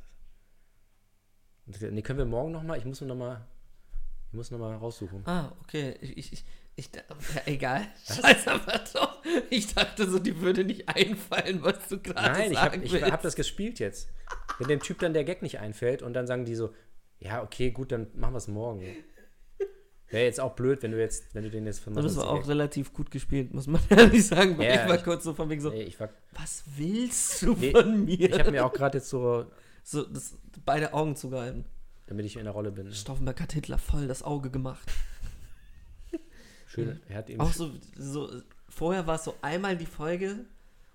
Speaker 4: Und sagt, nee, können wir morgen nochmal? Ich muss nur nochmal, ich muss nochmal raussuchen.
Speaker 3: Ah, okay. Ich, ich, ich, ich da- ja, egal. Scheiß aber drauf. Ich dachte so, die würde nicht einfallen, was du gerade
Speaker 4: Nein, ich habe
Speaker 3: sagen
Speaker 4: ich
Speaker 3: willst.
Speaker 4: hab das gespielt jetzt. Wenn dem Typ dann der Gag nicht einfällt und dann sagen die so, ja, okay, gut, dann machen wir es morgen. Wäre jetzt auch blöd, wenn du jetzt, wenn du den jetzt
Speaker 3: Und das
Speaker 4: vermutest.
Speaker 3: war auch relativ gut gespielt, muss man ehrlich sagen. weil
Speaker 4: Ja,
Speaker 3: ich war
Speaker 4: ich-
Speaker 3: kurz so von wegen so,
Speaker 4: Nee, ich war,
Speaker 3: was willst du
Speaker 4: Nee,
Speaker 3: von mir?
Speaker 4: ich habe mir auch gerade jetzt so,
Speaker 3: so, das, beide Augen zugehalten.
Speaker 4: damit ich in der Rolle bin.
Speaker 3: Stauffenberg hat Hitler voll das Auge gemacht.
Speaker 4: Schön, er hat eben.
Speaker 3: Mhm. Auch so, so vorher war es so einmal die Folge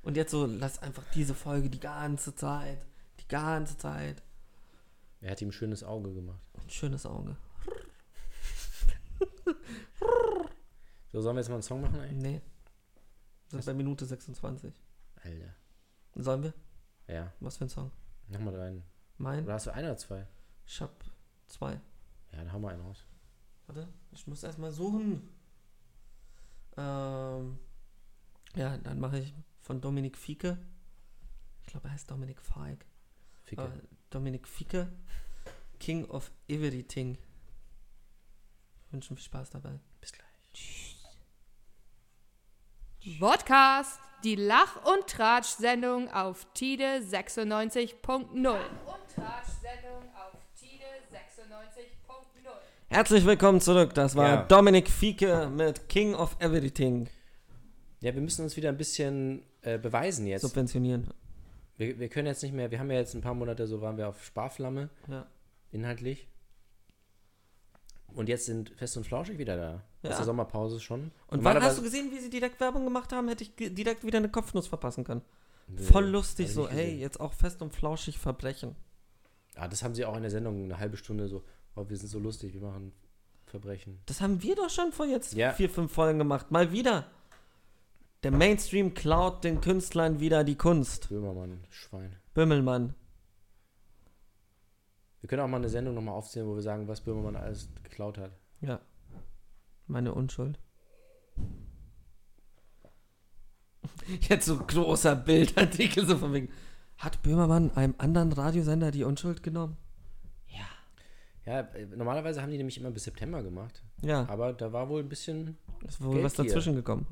Speaker 3: und jetzt so, lass einfach diese Folge die ganze Zeit. Die ganze Zeit.
Speaker 4: Er hat ihm ein schönes Auge gemacht.
Speaker 3: Ein schönes Auge.
Speaker 4: So, sollen wir jetzt mal einen Song machen, ey?
Speaker 3: Nee. Sind bei Minute 26.
Speaker 4: Alter.
Speaker 3: Sollen wir?
Speaker 4: Ja,
Speaker 3: Was für ein Song?
Speaker 4: nochmal rein.
Speaker 3: Mein?
Speaker 4: Oder hast du einen oder zwei?
Speaker 3: Ich hab zwei.
Speaker 4: Ja, dann haben wir einen raus.
Speaker 3: Warte, ich muss erstmal suchen. Ähm, ja, dann mache ich von Dominik Fieke. Ich glaube, er heißt Dominik Feig.
Speaker 4: Ficke.
Speaker 3: Äh, Dominik Fieke. King of Everything. Ich wünsche viel Spaß dabei.
Speaker 4: Bis gleich.
Speaker 1: Podcast, die Lach- und Tratsch-Sendung auf Tide 96.0.
Speaker 3: Herzlich willkommen zurück. Das war
Speaker 4: Ja.
Speaker 3: Dominik Fieke mit King of Everything.
Speaker 4: Ja, wir müssen uns wieder ein bisschen äh, beweisen jetzt.
Speaker 3: Subventionieren.
Speaker 4: Wir, wir können jetzt nicht mehr, wir haben ja jetzt ein paar Monate, so waren wir auf Sparflamme.
Speaker 3: Ja.
Speaker 4: inhaltlich. Und jetzt sind Fest und Flauschig wieder da.
Speaker 3: Ja.
Speaker 4: Aus der Sommerpause schon.
Speaker 3: Und wann hast du gesehen, wie sie direkt Werbung gemacht haben? Hätte ich ge- direkt wieder eine Kopfnuss verpassen können.
Speaker 4: Nee,
Speaker 3: Voll
Speaker 4: hab
Speaker 3: lustig,
Speaker 4: ich
Speaker 3: so,
Speaker 4: nicht
Speaker 3: hey,
Speaker 4: gesehen.
Speaker 3: jetzt auch fest und flauschig Verbrechen.
Speaker 4: Ah, das haben sie auch in der Sendung eine halbe Stunde so, oh, wir sind so lustig, wir machen Verbrechen.
Speaker 3: Das haben wir doch schon vor jetzt
Speaker 4: Ja.
Speaker 3: vier, fünf Folgen gemacht. Mal wieder. Der Mainstream klaut den Künstlern wieder die Kunst.
Speaker 4: Böhmermann, Schwein.
Speaker 3: Bimmelmann.
Speaker 4: Wir können auch mal eine Sendung nochmal aufzählen, wo wir sagen, was Böhmermann alles geklaut hat.
Speaker 3: Ja. Meine Unschuld. Jetzt so großer Bildartikel, so von wegen. Hat Böhmermann einem anderen Radiosender die Unschuld genommen?
Speaker 4: Ja, äh, normalerweise haben die nämlich immer bis September gemacht.
Speaker 3: Ja,
Speaker 4: Aber da war wohl ein bisschen,
Speaker 3: ist Ah. wohl was
Speaker 4: Geldgier.
Speaker 3: dazwischen gekommen.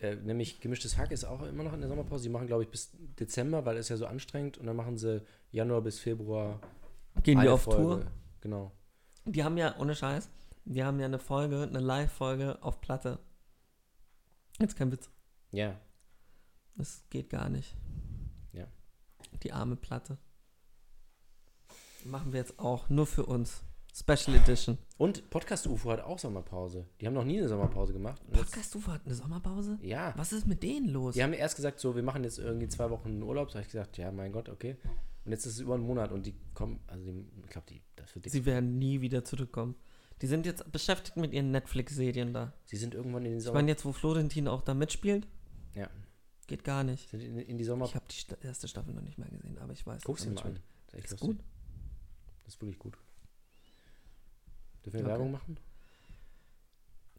Speaker 4: äh, nämlich gemischtes Hack ist auch immer noch in der Sommerpause. Die machen, glaube ich, bis Dezember, weil es ja so anstrengend. Und dann machen sie Januar bis Februar
Speaker 3: Gehen
Speaker 4: eine
Speaker 3: wir auf Tour?
Speaker 4: Folge. Genau.
Speaker 3: Die haben ja, ohne Scheiß, die haben ja eine Folge, eine Live-Folge auf Platte. Jetzt kein Witz.
Speaker 4: Ja.
Speaker 3: Das geht gar nicht.
Speaker 4: Ja.
Speaker 3: Die arme Platte. Machen wir jetzt auch nur für uns. Special Edition.
Speaker 4: Und Podcast UFO hat auch Sommerpause. Die haben noch nie eine Sommerpause gemacht. Und jetzt-
Speaker 3: Podcast UFO hat eine Sommerpause?
Speaker 4: Ja.
Speaker 3: Was ist mit denen los?
Speaker 4: Die haben erst gesagt, so, wir machen jetzt irgendwie zwei Wochen Urlaub. Da habe ich gesagt, ja, mein Gott, okay. Und jetzt ist es über einen Monat und die kommen, also die, ich glaube, die, das wird die, sie,
Speaker 3: Sie werden nie wieder zurückkommen. Die sind jetzt beschäftigt mit ihren Netflix-Serien da.
Speaker 4: sind irgendwann in den
Speaker 3: Ich
Speaker 4: Sommer,
Speaker 3: meine, jetzt wo Florentin auch da mitspielt,
Speaker 4: ja,
Speaker 3: geht gar nicht.
Speaker 4: sind in, in die Sommer.
Speaker 3: Ich habe die Sta- erste Staffel noch nicht mal gesehen, aber ich weiß.
Speaker 4: Guck's
Speaker 3: dass
Speaker 4: dir
Speaker 3: er
Speaker 4: mal an.
Speaker 3: mitspielt.
Speaker 4: Das echt
Speaker 3: Ist
Speaker 4: lustig.
Speaker 3: gut.
Speaker 4: Das ist wirklich gut. Dürfen wir
Speaker 3: Okay.
Speaker 4: Werbung machen?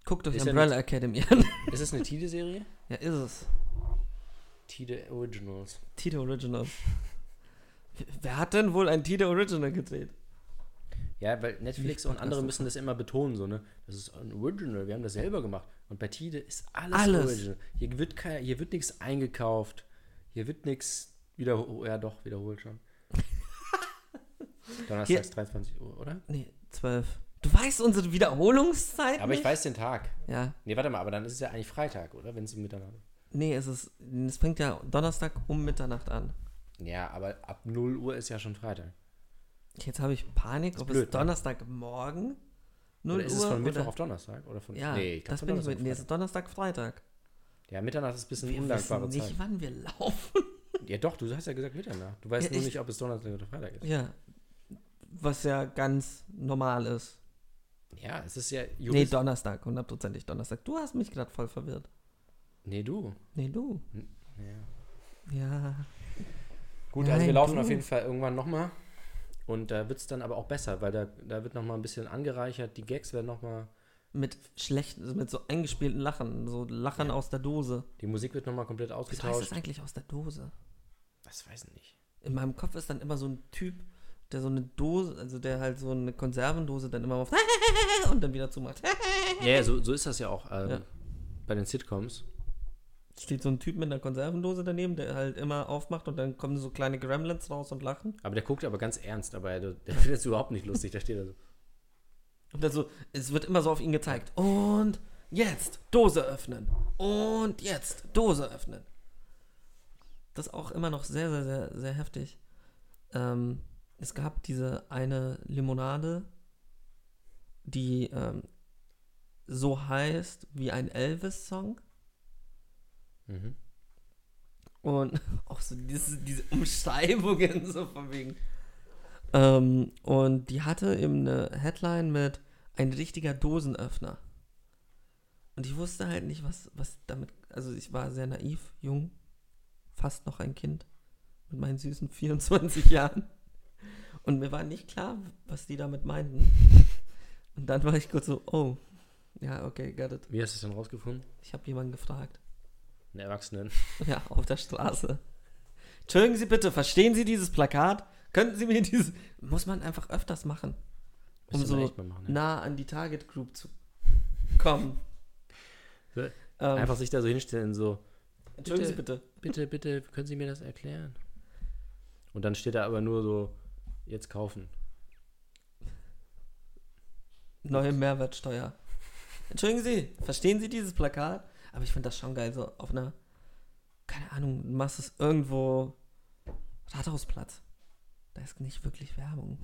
Speaker 3: Guckt euch
Speaker 4: Ist ja
Speaker 3: Umbrella Academy an.
Speaker 4: Ist es eine Tide-Serie?
Speaker 3: ja, ist es.
Speaker 4: Tide Originals.
Speaker 3: Tito Original. W- Wer hat denn wohl ein Tito Original gedreht?
Speaker 4: Ja, weil Netflix
Speaker 3: Nicht
Speaker 4: und andere
Speaker 3: Podcast.
Speaker 4: müssen das immer betonen, so, ne? Das ist ein Original, wir haben das selber gemacht. Und bei Tide ist alles,
Speaker 3: Alles.
Speaker 4: Original. Hier wird, kein, hier wird nichts oh, eingekauft. Hier wird nichts wiederholt. Ja, doch, wiederholt schon. Donnerstags 23 Uhr, oder?
Speaker 3: Nee, 12. Du weißt unsere Wiederholungszeit?
Speaker 4: Aber ich
Speaker 3: nicht?
Speaker 4: weiß den Tag.
Speaker 3: Ja.
Speaker 4: Nee, warte mal, aber dann ist es ja eigentlich Freitag, oder? Wenn es um Mitternacht.
Speaker 3: Nee, es ist. Es fängt ja Donnerstag um Mitternacht an.
Speaker 4: Ja, aber ab 0 Uhr ist ja schon Freitag.
Speaker 3: Jetzt habe ich Panik, ob es
Speaker 4: blöd, ne?
Speaker 3: Donnerstagmorgen 0
Speaker 4: Oder ist
Speaker 3: Uhr
Speaker 4: es von
Speaker 3: oder-
Speaker 4: Mittwoch auf Donnerstag? Oder von,
Speaker 3: Ja,
Speaker 4: nee, ich glaub,
Speaker 3: das
Speaker 4: von
Speaker 3: bin ich
Speaker 4: Donnerstag
Speaker 3: mit.
Speaker 4: auf
Speaker 3: Nee, es ist Donnerstag, Freitag.
Speaker 4: Freitag. Ja, Mitternacht ist ein bisschen
Speaker 3: Wir wissen
Speaker 4: undankbare
Speaker 3: nicht,
Speaker 4: Zeit.
Speaker 3: wann wir laufen.
Speaker 4: Ja, doch, du hast ja gesagt Mitternacht. Du weißt
Speaker 3: Ja,
Speaker 4: nur
Speaker 3: ich-
Speaker 4: nicht, ob es Donnerstag oder Freitag ist.
Speaker 3: Ja. Was ja ganz normal ist.
Speaker 4: Ja, es ist ja
Speaker 3: nee,
Speaker 4: Jurist.
Speaker 3: Donnerstag, hundertprozentig Donnerstag. Du hast mich gerade voll verwirrt.
Speaker 4: Nee, du.
Speaker 3: Nee, du.
Speaker 4: Ja.
Speaker 3: Ja.
Speaker 4: Gut,
Speaker 3: Nein,
Speaker 4: also wir laufen
Speaker 3: du.
Speaker 4: auf jeden Fall irgendwann nochmal. Und da wird es dann aber auch besser, weil da, da wird nochmal ein bisschen angereichert. Die Gags werden nochmal,
Speaker 3: Mit schlechten, also mit so eingespielten Lachen. So Lachen aus der Dose.
Speaker 4: die Musik wird nochmal komplett
Speaker 3: Was heißt das
Speaker 4: ausgetauscht.
Speaker 3: eigentlich aus der Dose?
Speaker 4: Das weiß ich nicht.
Speaker 3: In meinem Kopf ist dann immer so ein Typ, der so eine Dose, also der halt so eine Konservendose dann immer auf und dann wieder zumacht.
Speaker 4: Ja, ja so, so ist das ja auch ähm,
Speaker 3: Ja.
Speaker 4: bei den Sitcoms.
Speaker 3: Steht so ein Typ mit einer Konservendose daneben, der halt immer aufmacht und dann kommen so kleine Gremlins raus und lachen.
Speaker 4: Aber der guckt aber ganz ernst, aber er, der findet es überhaupt nicht lustig. Da steht er so.
Speaker 3: Und dann so, es wird immer so auf ihn gezeigt. Und jetzt Dose öffnen. Und jetzt Dose öffnen. Das ist auch immer noch sehr, sehr, sehr, sehr heftig. Ähm, es gab diese eine Limonade, die ähm, so heißt wie ein Elvis-Song.
Speaker 4: Mhm.
Speaker 3: Und auch so diese, diese Umschreibungen, so von wegen. Ähm, und die hatte eben eine Headline mit ein richtiger Dosenöffner. Und ich wusste halt nicht, was, was damit. Also ich war sehr naiv, jung, fast noch ein Kind mit meinen süßen 24 Jahren. Und mir war nicht klar, was die damit meinten. Und dann war ich kurz so, oh, ja, okay, got it.
Speaker 4: Wie hast du es denn rausgefunden?
Speaker 3: Ich habe jemanden gefragt.
Speaker 4: Einen Erwachsenen.
Speaker 3: Ja, auf der Straße. Entschuldigen Sie bitte, verstehen Sie dieses Plakat? Könnten Sie mir dieses. Muss man einfach öfters machen, um
Speaker 4: Müsste man
Speaker 3: so
Speaker 4: echt mal machen, ne? ja.
Speaker 3: nah an die Target Group zu kommen.
Speaker 4: So,
Speaker 3: Ähm,
Speaker 4: Einfach sich da so hinstellen, so,
Speaker 3: Entschuldigen Sie bitte.
Speaker 4: bitte, bitte, können Sie mir das erklären? Und dann steht da aber nur so, jetzt kaufen.
Speaker 3: Neue Mehrwertsteuer. Entschuldigen Sie, verstehen Sie dieses Plakat? Aber ich finde das schon geil, so auf einer. Keine Ahnung, du machst es irgendwo. Rathausplatz. Da ist nicht wirklich Werbung.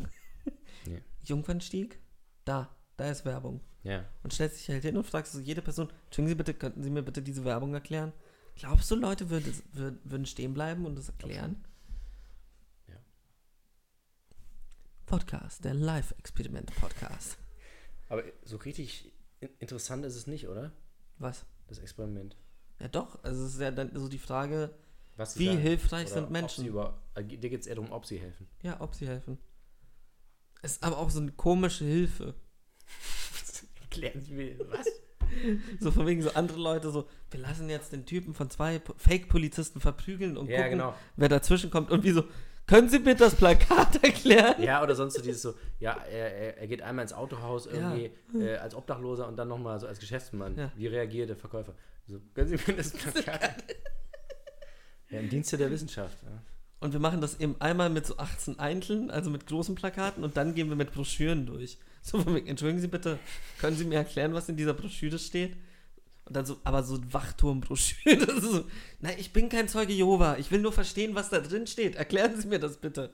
Speaker 4: Nee.
Speaker 3: Jungfernstieg? Da, da ist Werbung.
Speaker 4: Ja.
Speaker 3: und stellst dich halt hin und fragst so jede Person, entschuldigen Sie bitte, könnten Sie mir bitte diese Werbung erklären? Glaubst du, Leute würden, würden, würden stehen bleiben und das erklären?
Speaker 4: Ja.
Speaker 3: Podcast, der Live-Experiment-Podcast.
Speaker 4: Aber so richtig in- interessant ist es nicht, oder?
Speaker 3: Was?
Speaker 4: Das Experiment.
Speaker 3: Ja doch, also es ist ja dann so die Frage,
Speaker 4: Was sie
Speaker 3: wie
Speaker 4: sagen.
Speaker 3: hilfreich
Speaker 4: Oder
Speaker 3: sind
Speaker 4: ob
Speaker 3: Menschen?
Speaker 4: sie Über, äh, dir geht es eher darum, ob sie helfen.
Speaker 3: Ja, ob sie helfen. Es ist aber auch so eine komische Hilfe.
Speaker 4: Erklären Sie mir, was?
Speaker 3: So von wegen so andere Leute so, wir lassen jetzt den Typen von zwei Po- Fake-Polizisten verprügeln und
Speaker 4: ja,
Speaker 3: gucken,
Speaker 4: genau.
Speaker 3: wer dazwischen kommt und wie so, können Sie bitte das Plakat erklären?
Speaker 4: Ja, oder sonst so dieses so, ja, er, er- er geht einmal ins Autohaus irgendwie äh, als Obdachloser und dann nochmal so als Geschäftsmann.
Speaker 3: Ja.
Speaker 4: Wie reagiert der Verkäufer? So, können Sie mir das Plakat? ja, im Dienste der Wissenschaft. Ja.
Speaker 3: Und wir machen das eben einmal mit so 18 Einteln, also mit großen Plakaten und dann gehen wir mit Broschüren durch. So, von wegen, entschuldigen Sie bitte, können Sie mir erklären, was in dieser Broschüre steht? Und dann so, aber so Wachturmbroschüre. das ist So, Nein, ich bin kein Zeuge Jehova. Ich will nur verstehen, was da drin steht. Erklären Sie mir das bitte.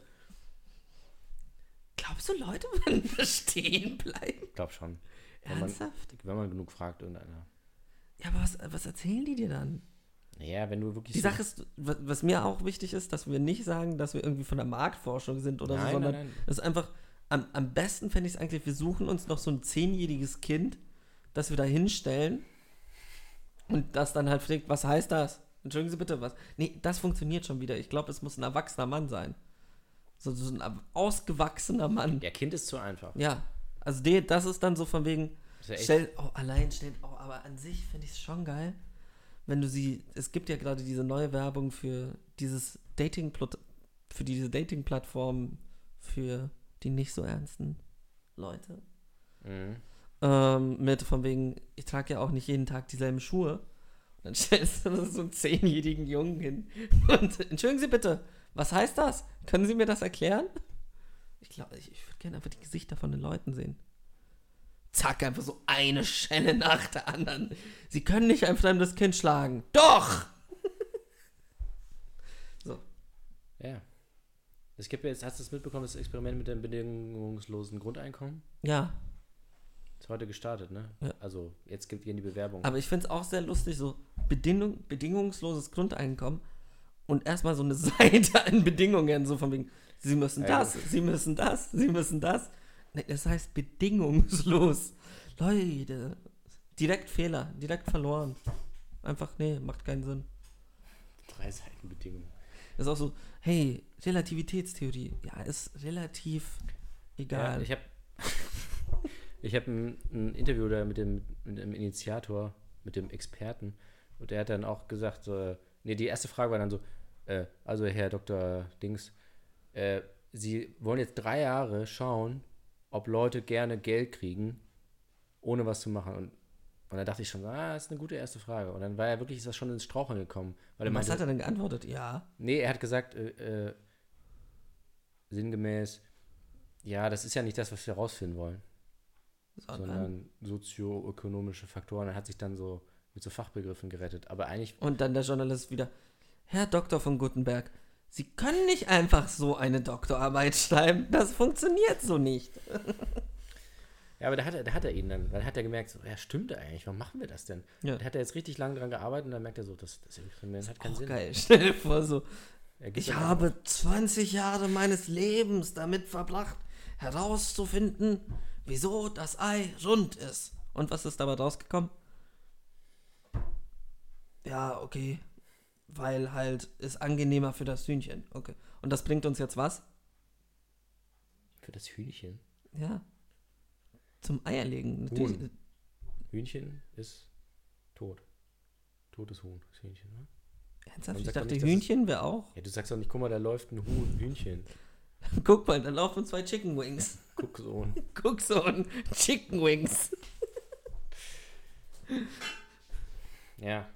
Speaker 3: Glaubst du, Leute würden da stehen bleiben?
Speaker 4: Ich glaube schon. Wenn man,
Speaker 3: Ernsthaft?
Speaker 4: wenn man genug fragt, irgendeiner.
Speaker 3: Ja, aber was, was erzählen die dir dann?
Speaker 4: Naja, wenn du wirklich.
Speaker 3: Die
Speaker 4: so-
Speaker 3: Sache ist, wa- was mir auch wichtig ist, dass wir nicht sagen, dass wir irgendwie von der Marktforschung sind oder so,
Speaker 4: Nein,
Speaker 3: sondern
Speaker 4: nein, nein.
Speaker 3: es ist einfach, am, am besten fände ich es eigentlich, wir suchen uns noch so ein zehnjähriges Kind, das wir da hinstellen und das dann halt fragt, was heißt das? Entschuldigen Sie bitte, was? Nee, das funktioniert schon wieder. Ich glaube, es muss ein erwachsener Mann sein. So, so ein ab- ausgewachsener Mann.
Speaker 4: Ja, Kind ist zu einfach.
Speaker 3: Ja. Also die, das ist dann so von wegen,
Speaker 4: Ist ja echt-
Speaker 3: Stell, oh, allein steht, oh, aber an sich finde ich es schon geil, wenn du sie, es gibt ja gerade diese neue Werbung für dieses Dating, für diese Dating-Plattform für die nicht so ernsten Leute.
Speaker 4: Mhm.
Speaker 3: Ähm, mit von wegen, ich trage ja auch nicht jeden Tag dieselben Schuhe. Und dann stellst du so einen zehnjährigen Jungen hin und entschuldigen Sie bitte, was heißt das? Können Sie mir das erklären? Ich glaube, ich, ich würde gerne einfach die Gesichter von den Leuten sehen. Zack, einfach so eine Schelle nach der anderen. Sie können nicht ein fremdes Kind schlagen. Doch!
Speaker 4: Ja. Es gibt ja jetzt, hast du es mitbekommen, das Experiment mit dem bedingungslosen Grundeinkommen?
Speaker 3: Ja,
Speaker 4: Ist heute gestartet, ne?
Speaker 3: Ja.
Speaker 4: Also, jetzt gibt gehen die Bewerbung.
Speaker 3: aber ich finde es auch sehr lustig, so Bedingung, bedingungsloses Grundeinkommen und erstmal so eine Seite an Bedingungen, so von wegen, sie müssen
Speaker 4: Ja.
Speaker 3: das, sie müssen das, sie müssen das. Nee, das heißt bedingungslos. Leute, direkt Fehler, direkt verloren. Einfach, nee, macht keinen Sinn.
Speaker 4: Drei Seiten Bedingungen.
Speaker 3: Ist auch so, hey, Relativitätstheorie. Ja, ist relativ
Speaker 4: Ja,
Speaker 3: egal.
Speaker 4: ich habe ich hab ein, ein Interview da mit dem, mit dem Initiator, mit dem Experten, und der hat dann auch gesagt, äh, nee, die erste Frage war dann so, äh, also Herr Dr. Dings, äh, Sie wollen jetzt drei Jahre schauen, ob Leute gerne Geld kriegen, ohne was zu machen. Und, und da dachte ich schon, ah, ist eine gute erste Frage. Und dann war er wirklich, ist das schon ins Straucheln gekommen. Weil er
Speaker 3: Was
Speaker 4: meinte,
Speaker 3: hat er denn geantwortet? Ja.
Speaker 4: Nee, er hat gesagt, äh, äh, sinngemäß, ja, das ist ja nicht das, was wir rausfinden wollen,
Speaker 3: Sondern.
Speaker 4: sondern sozioökonomische Faktoren. Er hat sich dann so mit so Fachbegriffen gerettet. Aber eigentlich,
Speaker 3: Und dann der Journalist wieder, Herr Doktor von Gutenberg, Sie können nicht einfach so eine Doktorarbeit schreiben. Das funktioniert so nicht.
Speaker 4: ja, aber da hat er, da hat er ihn dann, dann hat er gemerkt, so, ja, stimmt eigentlich, warum machen wir das denn?
Speaker 3: Ja.
Speaker 4: Da hat er jetzt richtig lange dran gearbeitet und dann merkt er so, das, das Experiment hat keinen
Speaker 3: Auch
Speaker 4: Sinn.
Speaker 3: geil. Stell dir vor, so,
Speaker 4: Er gibt
Speaker 3: ich
Speaker 4: dann-
Speaker 3: habe 20 Jahre meines Lebens damit verbracht, herauszufinden, wieso das Ei rund ist. Und was ist dabei rausgekommen? Ja, okay. Weil halt ist angenehmer für das Hühnchen. Okay. Und das bringt uns jetzt was?
Speaker 4: Für das Hühnchen.
Speaker 3: Ja. Zum Eierlegen. Natürlich.
Speaker 4: Huhn. Hühnchen ist tot. Totes Huhn, das Hühnchen, ne?
Speaker 3: Ernsthaft?
Speaker 4: Man
Speaker 3: Ich
Speaker 4: sagt doch
Speaker 3: dachte,
Speaker 4: nicht, dass
Speaker 3: Hühnchen wäre auch.
Speaker 4: Ja, du sagst doch nicht, guck mal, da läuft ein Huhn, Hühnchen.
Speaker 3: Guck mal, da laufen zwei Chicken Wings.
Speaker 4: Guck so. Und
Speaker 3: Guck so an. Chicken Wings.
Speaker 4: Ja.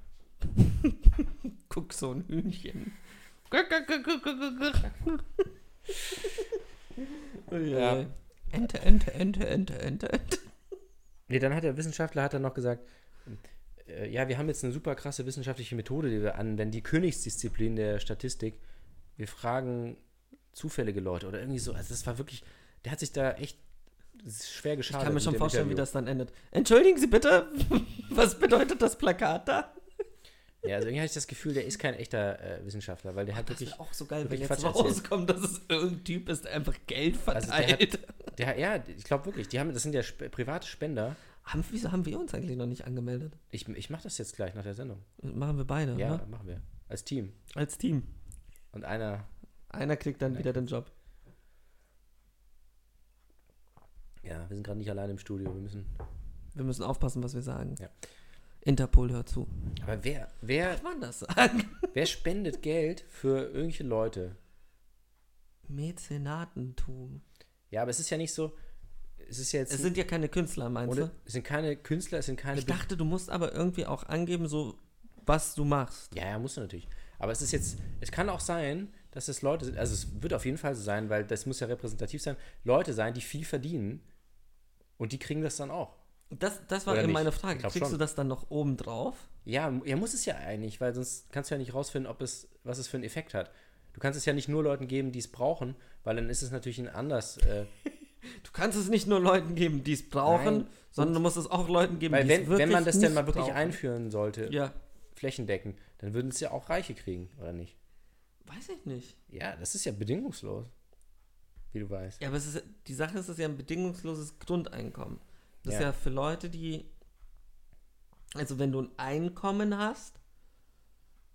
Speaker 3: Guck so ein Hühnchen.
Speaker 4: Ja.
Speaker 3: Oh Ente, Ente, Ente, Ente, Ente, Ente.
Speaker 4: Nee, dann hat der Wissenschaftler hat dann noch gesagt, äh, ja, wir haben jetzt eine super krasse wissenschaftliche Methode, die wir anwenden, die Königsdisziplin der Statistik. Wir fragen zufällige Leute oder irgendwie so. Also das war wirklich, der hat sich da echt schwer
Speaker 3: Ich
Speaker 4: geschadet.
Speaker 3: kann mir
Speaker 4: Ah, mit
Speaker 3: schon
Speaker 4: dem
Speaker 3: vorstellen, wie
Speaker 4: Interview.
Speaker 3: das dann endet. Entschuldigen Sie bitte, was bedeutet das Plakat da?
Speaker 4: Ja, also irgendwie hatte ich das Gefühl, der ist kein echter äh, Wissenschaftler, weil der hat
Speaker 3: Das
Speaker 4: wirklich,
Speaker 3: wäre auch so geil, wenn
Speaker 4: wirklich
Speaker 3: jetzt
Speaker 4: Quatsch erzählt.
Speaker 3: rauskommt, dass es irgendein Typ ist, der einfach Geld
Speaker 4: Also der hat-
Speaker 3: verteilt.
Speaker 4: der, ja, ich glaube wirklich, die haben, das sind ja sp private Spender.
Speaker 3: haben, wieso haben wir uns eigentlich noch nicht angemeldet?
Speaker 4: Ich, ich mache das jetzt gleich nach der Sendung.
Speaker 3: Machen wir beide,
Speaker 4: Ja,
Speaker 3: ne?
Speaker 4: machen wir als Team.
Speaker 3: Als Team.
Speaker 4: Und einer,
Speaker 3: Einer kriegt dann
Speaker 4: Nein.
Speaker 3: wieder den Job.
Speaker 4: ja, wir sind gerade nicht alleine im Studio, wir müssen.
Speaker 3: Wir müssen aufpassen, was wir sagen.
Speaker 4: Ja.
Speaker 3: Interpol hört zu.
Speaker 4: Aber wer, wer
Speaker 3: Kann man das sagen?
Speaker 4: Wer spendet Geld für irgendwelche Leute?
Speaker 3: Mäzenatentum.
Speaker 4: Ja, aber es ist ja nicht so. Es ist ja jetzt.
Speaker 3: Es sind ja keine Künstler, meinst
Speaker 4: ohne,
Speaker 3: du?
Speaker 4: es sind keine Künstler, es sind keine.
Speaker 3: Ich dachte, du musst aber irgendwie auch angeben, so was du machst.
Speaker 4: ja, ja, musst du natürlich. Aber es ist jetzt. Es kann auch sein, dass es Leute sind. Also, es wird auf jeden Fall so sein, weil das muss ja repräsentativ sein. Leute sein, die viel verdienen. Und die kriegen das dann auch.
Speaker 3: Das, das war
Speaker 4: Oder
Speaker 3: eben
Speaker 4: nicht?
Speaker 3: meine
Speaker 4: Ich
Speaker 3: Frage.
Speaker 4: glaub
Speaker 3: Kriegst du
Speaker 4: schon.
Speaker 3: das dann noch oben drauf?
Speaker 4: Ja, mu- ja, muss es ja eigentlich, weil sonst kannst du ja nicht rausfinden, ob es, was es für einen Effekt hat. Du kannst es ja nicht nur Leuten geben, die es brauchen, weil dann ist es natürlich ein anders. Äh,
Speaker 3: Du kannst es nicht nur Leuten geben, die es brauchen,
Speaker 4: Nein.
Speaker 3: sondern du musst es auch Leuten geben,
Speaker 4: weil
Speaker 3: die es
Speaker 4: wenn,
Speaker 3: wirklich
Speaker 4: wenn man das denn
Speaker 3: nicht
Speaker 4: mal wirklich
Speaker 3: brauchen.
Speaker 4: einführen sollte,
Speaker 3: Ja,
Speaker 4: flächendeckend, dann würden es ja auch Reiche kriegen, oder nicht?
Speaker 3: weiß ich nicht.
Speaker 4: Ja, das ist ja bedingungslos, wie du weißt.
Speaker 3: Ja, aber es ist, die Sache ist, es ist ja ein bedingungsloses Grundeinkommen. Das ist
Speaker 4: Ja.
Speaker 3: ja für Leute, die. Also, wenn du ein Einkommen hast,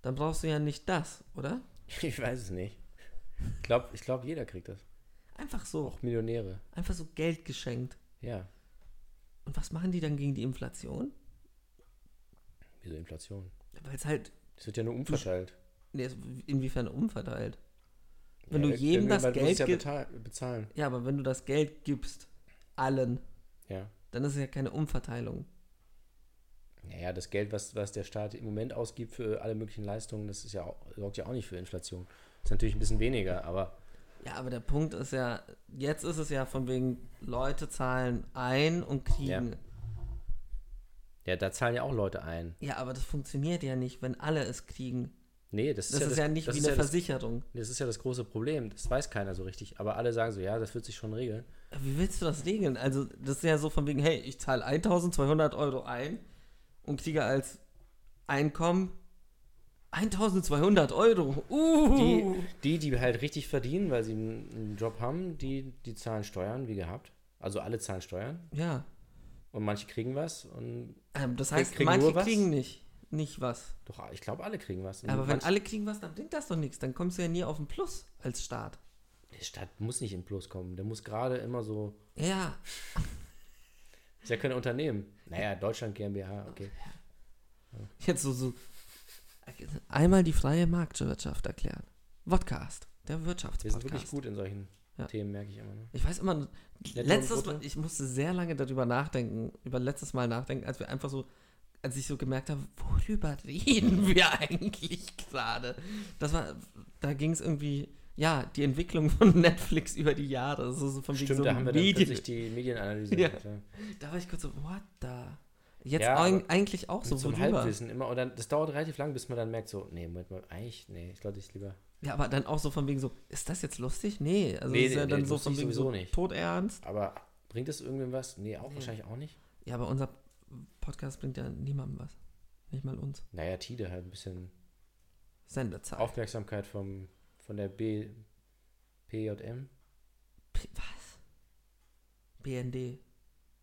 Speaker 3: dann brauchst du ja nicht das, oder?
Speaker 4: Ich weiß es nicht. Ich glaube, ich glaub, jeder kriegt das.
Speaker 3: Einfach so.
Speaker 4: Auch Millionäre.
Speaker 3: Einfach so Geld geschenkt.
Speaker 4: Ja,
Speaker 3: Und was machen die dann gegen die Inflation?
Speaker 4: wieso Inflation?
Speaker 3: Weil es halt.
Speaker 4: Das wird ja nur umverteilt.
Speaker 3: Nee, es- inwiefern umverteilt. Wenn
Speaker 4: ja,
Speaker 3: du jedem das
Speaker 4: irgendjemand muss es
Speaker 3: Geld
Speaker 4: ja
Speaker 3: gibst.
Speaker 4: betal- bezahlen.
Speaker 3: Ja, aber wenn du das Geld gibst, allen,
Speaker 4: Ja.
Speaker 3: dann ist es ja keine Umverteilung.
Speaker 4: Naja, das Geld, was, was der Staat im Moment ausgibt für alle möglichen Leistungen, das ist ja auch, sorgt ja auch nicht für Inflation. Ist natürlich ein bisschen weniger, aber
Speaker 3: Ja, aber der Punkt ist ja, jetzt ist es ja von wegen, Leute zahlen ein und kriegen. Ja.
Speaker 4: Ja, da zahlen ja auch Leute ein.
Speaker 3: aber das funktioniert ja nicht, wenn alle es kriegen.
Speaker 4: Nee, das ist,
Speaker 3: Das
Speaker 4: ja,
Speaker 3: ist
Speaker 4: das,
Speaker 3: ja nicht
Speaker 4: das
Speaker 3: wie
Speaker 4: ist
Speaker 3: eine
Speaker 4: ja das,
Speaker 3: Versicherung.
Speaker 4: Das ist ja das große Problem. Das weiß keiner so richtig. Aber alle sagen so, ja, das wird sich schon regeln.
Speaker 3: Wie willst du das regeln? Also, das ist ja so von wegen, hey, ich zahle 1200 Euro ein und kriege als Einkommen 1200 Euro. Uh!
Speaker 4: Die, die, die halt richtig verdienen, weil sie einen einen Job haben, die, die zahlen Steuern, wie gehabt. Also alle zahlen Steuern.
Speaker 3: ja.
Speaker 4: Und manche kriegen was. Und
Speaker 3: Ähm, das heißt,
Speaker 4: kriegen
Speaker 3: manche
Speaker 4: nur was?
Speaker 3: kriegen nicht, nicht was.
Speaker 4: doch, ich glaube, alle kriegen was. Und
Speaker 3: Aber wenn
Speaker 4: manche-
Speaker 3: alle kriegen was, dann bringt das doch nichts. Dann kommst du ja nie auf den Plus als Staat.
Speaker 4: Der Staat muss nicht in Plus kommen. Der muss gerade immer so.
Speaker 3: Ja.
Speaker 4: Ist ja kein Unternehmen. Naja, Deutschland GmbH, okay.
Speaker 3: Jetzt so, so. Einmal die freie Marktwirtschaft erklären. Podcast, der
Speaker 4: Wir sind wirklich
Speaker 3: Wirtschaftspodcast.
Speaker 4: gut in solchen
Speaker 3: Ja.
Speaker 4: Themen, merke ich immer. Ne?
Speaker 3: Ich weiß immer,
Speaker 4: und
Speaker 3: letztes
Speaker 4: Brutto?
Speaker 3: Mal, ich musste sehr lange darüber nachdenken, über letztes Mal nachdenken, als wir einfach so, als ich so gemerkt habe, worüber reden wir eigentlich gerade? Das war, da ging es irgendwie, ja, die Entwicklung von Netflix über die Jahre. So, so von wegen
Speaker 4: Stimmt,
Speaker 3: so
Speaker 4: da haben wir dann
Speaker 3: Medien-
Speaker 4: plötzlich die Medienanalyse.
Speaker 3: Ja.
Speaker 4: klar.
Speaker 3: Da war ich kurz so, what the? Jetzt
Speaker 4: Ja,
Speaker 3: eig-
Speaker 4: aber
Speaker 3: eigentlich auch so,
Speaker 4: Mit so einem
Speaker 3: worüber?
Speaker 4: Halbwissen immer. Und dann, das dauert relativ lang, bis man dann merkt, so, nee, Moment mal, eigentlich, nee, ich glaube, ich lieber.
Speaker 3: Ja, aber dann auch so von wegen so, ist das jetzt lustig? Nee, also
Speaker 4: Nee,
Speaker 3: ist ja
Speaker 4: nee,
Speaker 3: dann
Speaker 4: nee,
Speaker 3: so
Speaker 4: lustig
Speaker 3: von wegen so
Speaker 4: sowieso nicht.
Speaker 3: todernst.
Speaker 4: Aber bringt das irgendwem was? Nee, auch wahrscheinlich auch nicht.
Speaker 3: Ja, aber unser Podcast bringt ja niemandem was. Nicht mal uns.
Speaker 4: Naja, Tide halt ein bisschen
Speaker 3: Sendezeit.
Speaker 4: Aufmerksamkeit vom, von der B, PJM.
Speaker 3: P- Was? BND.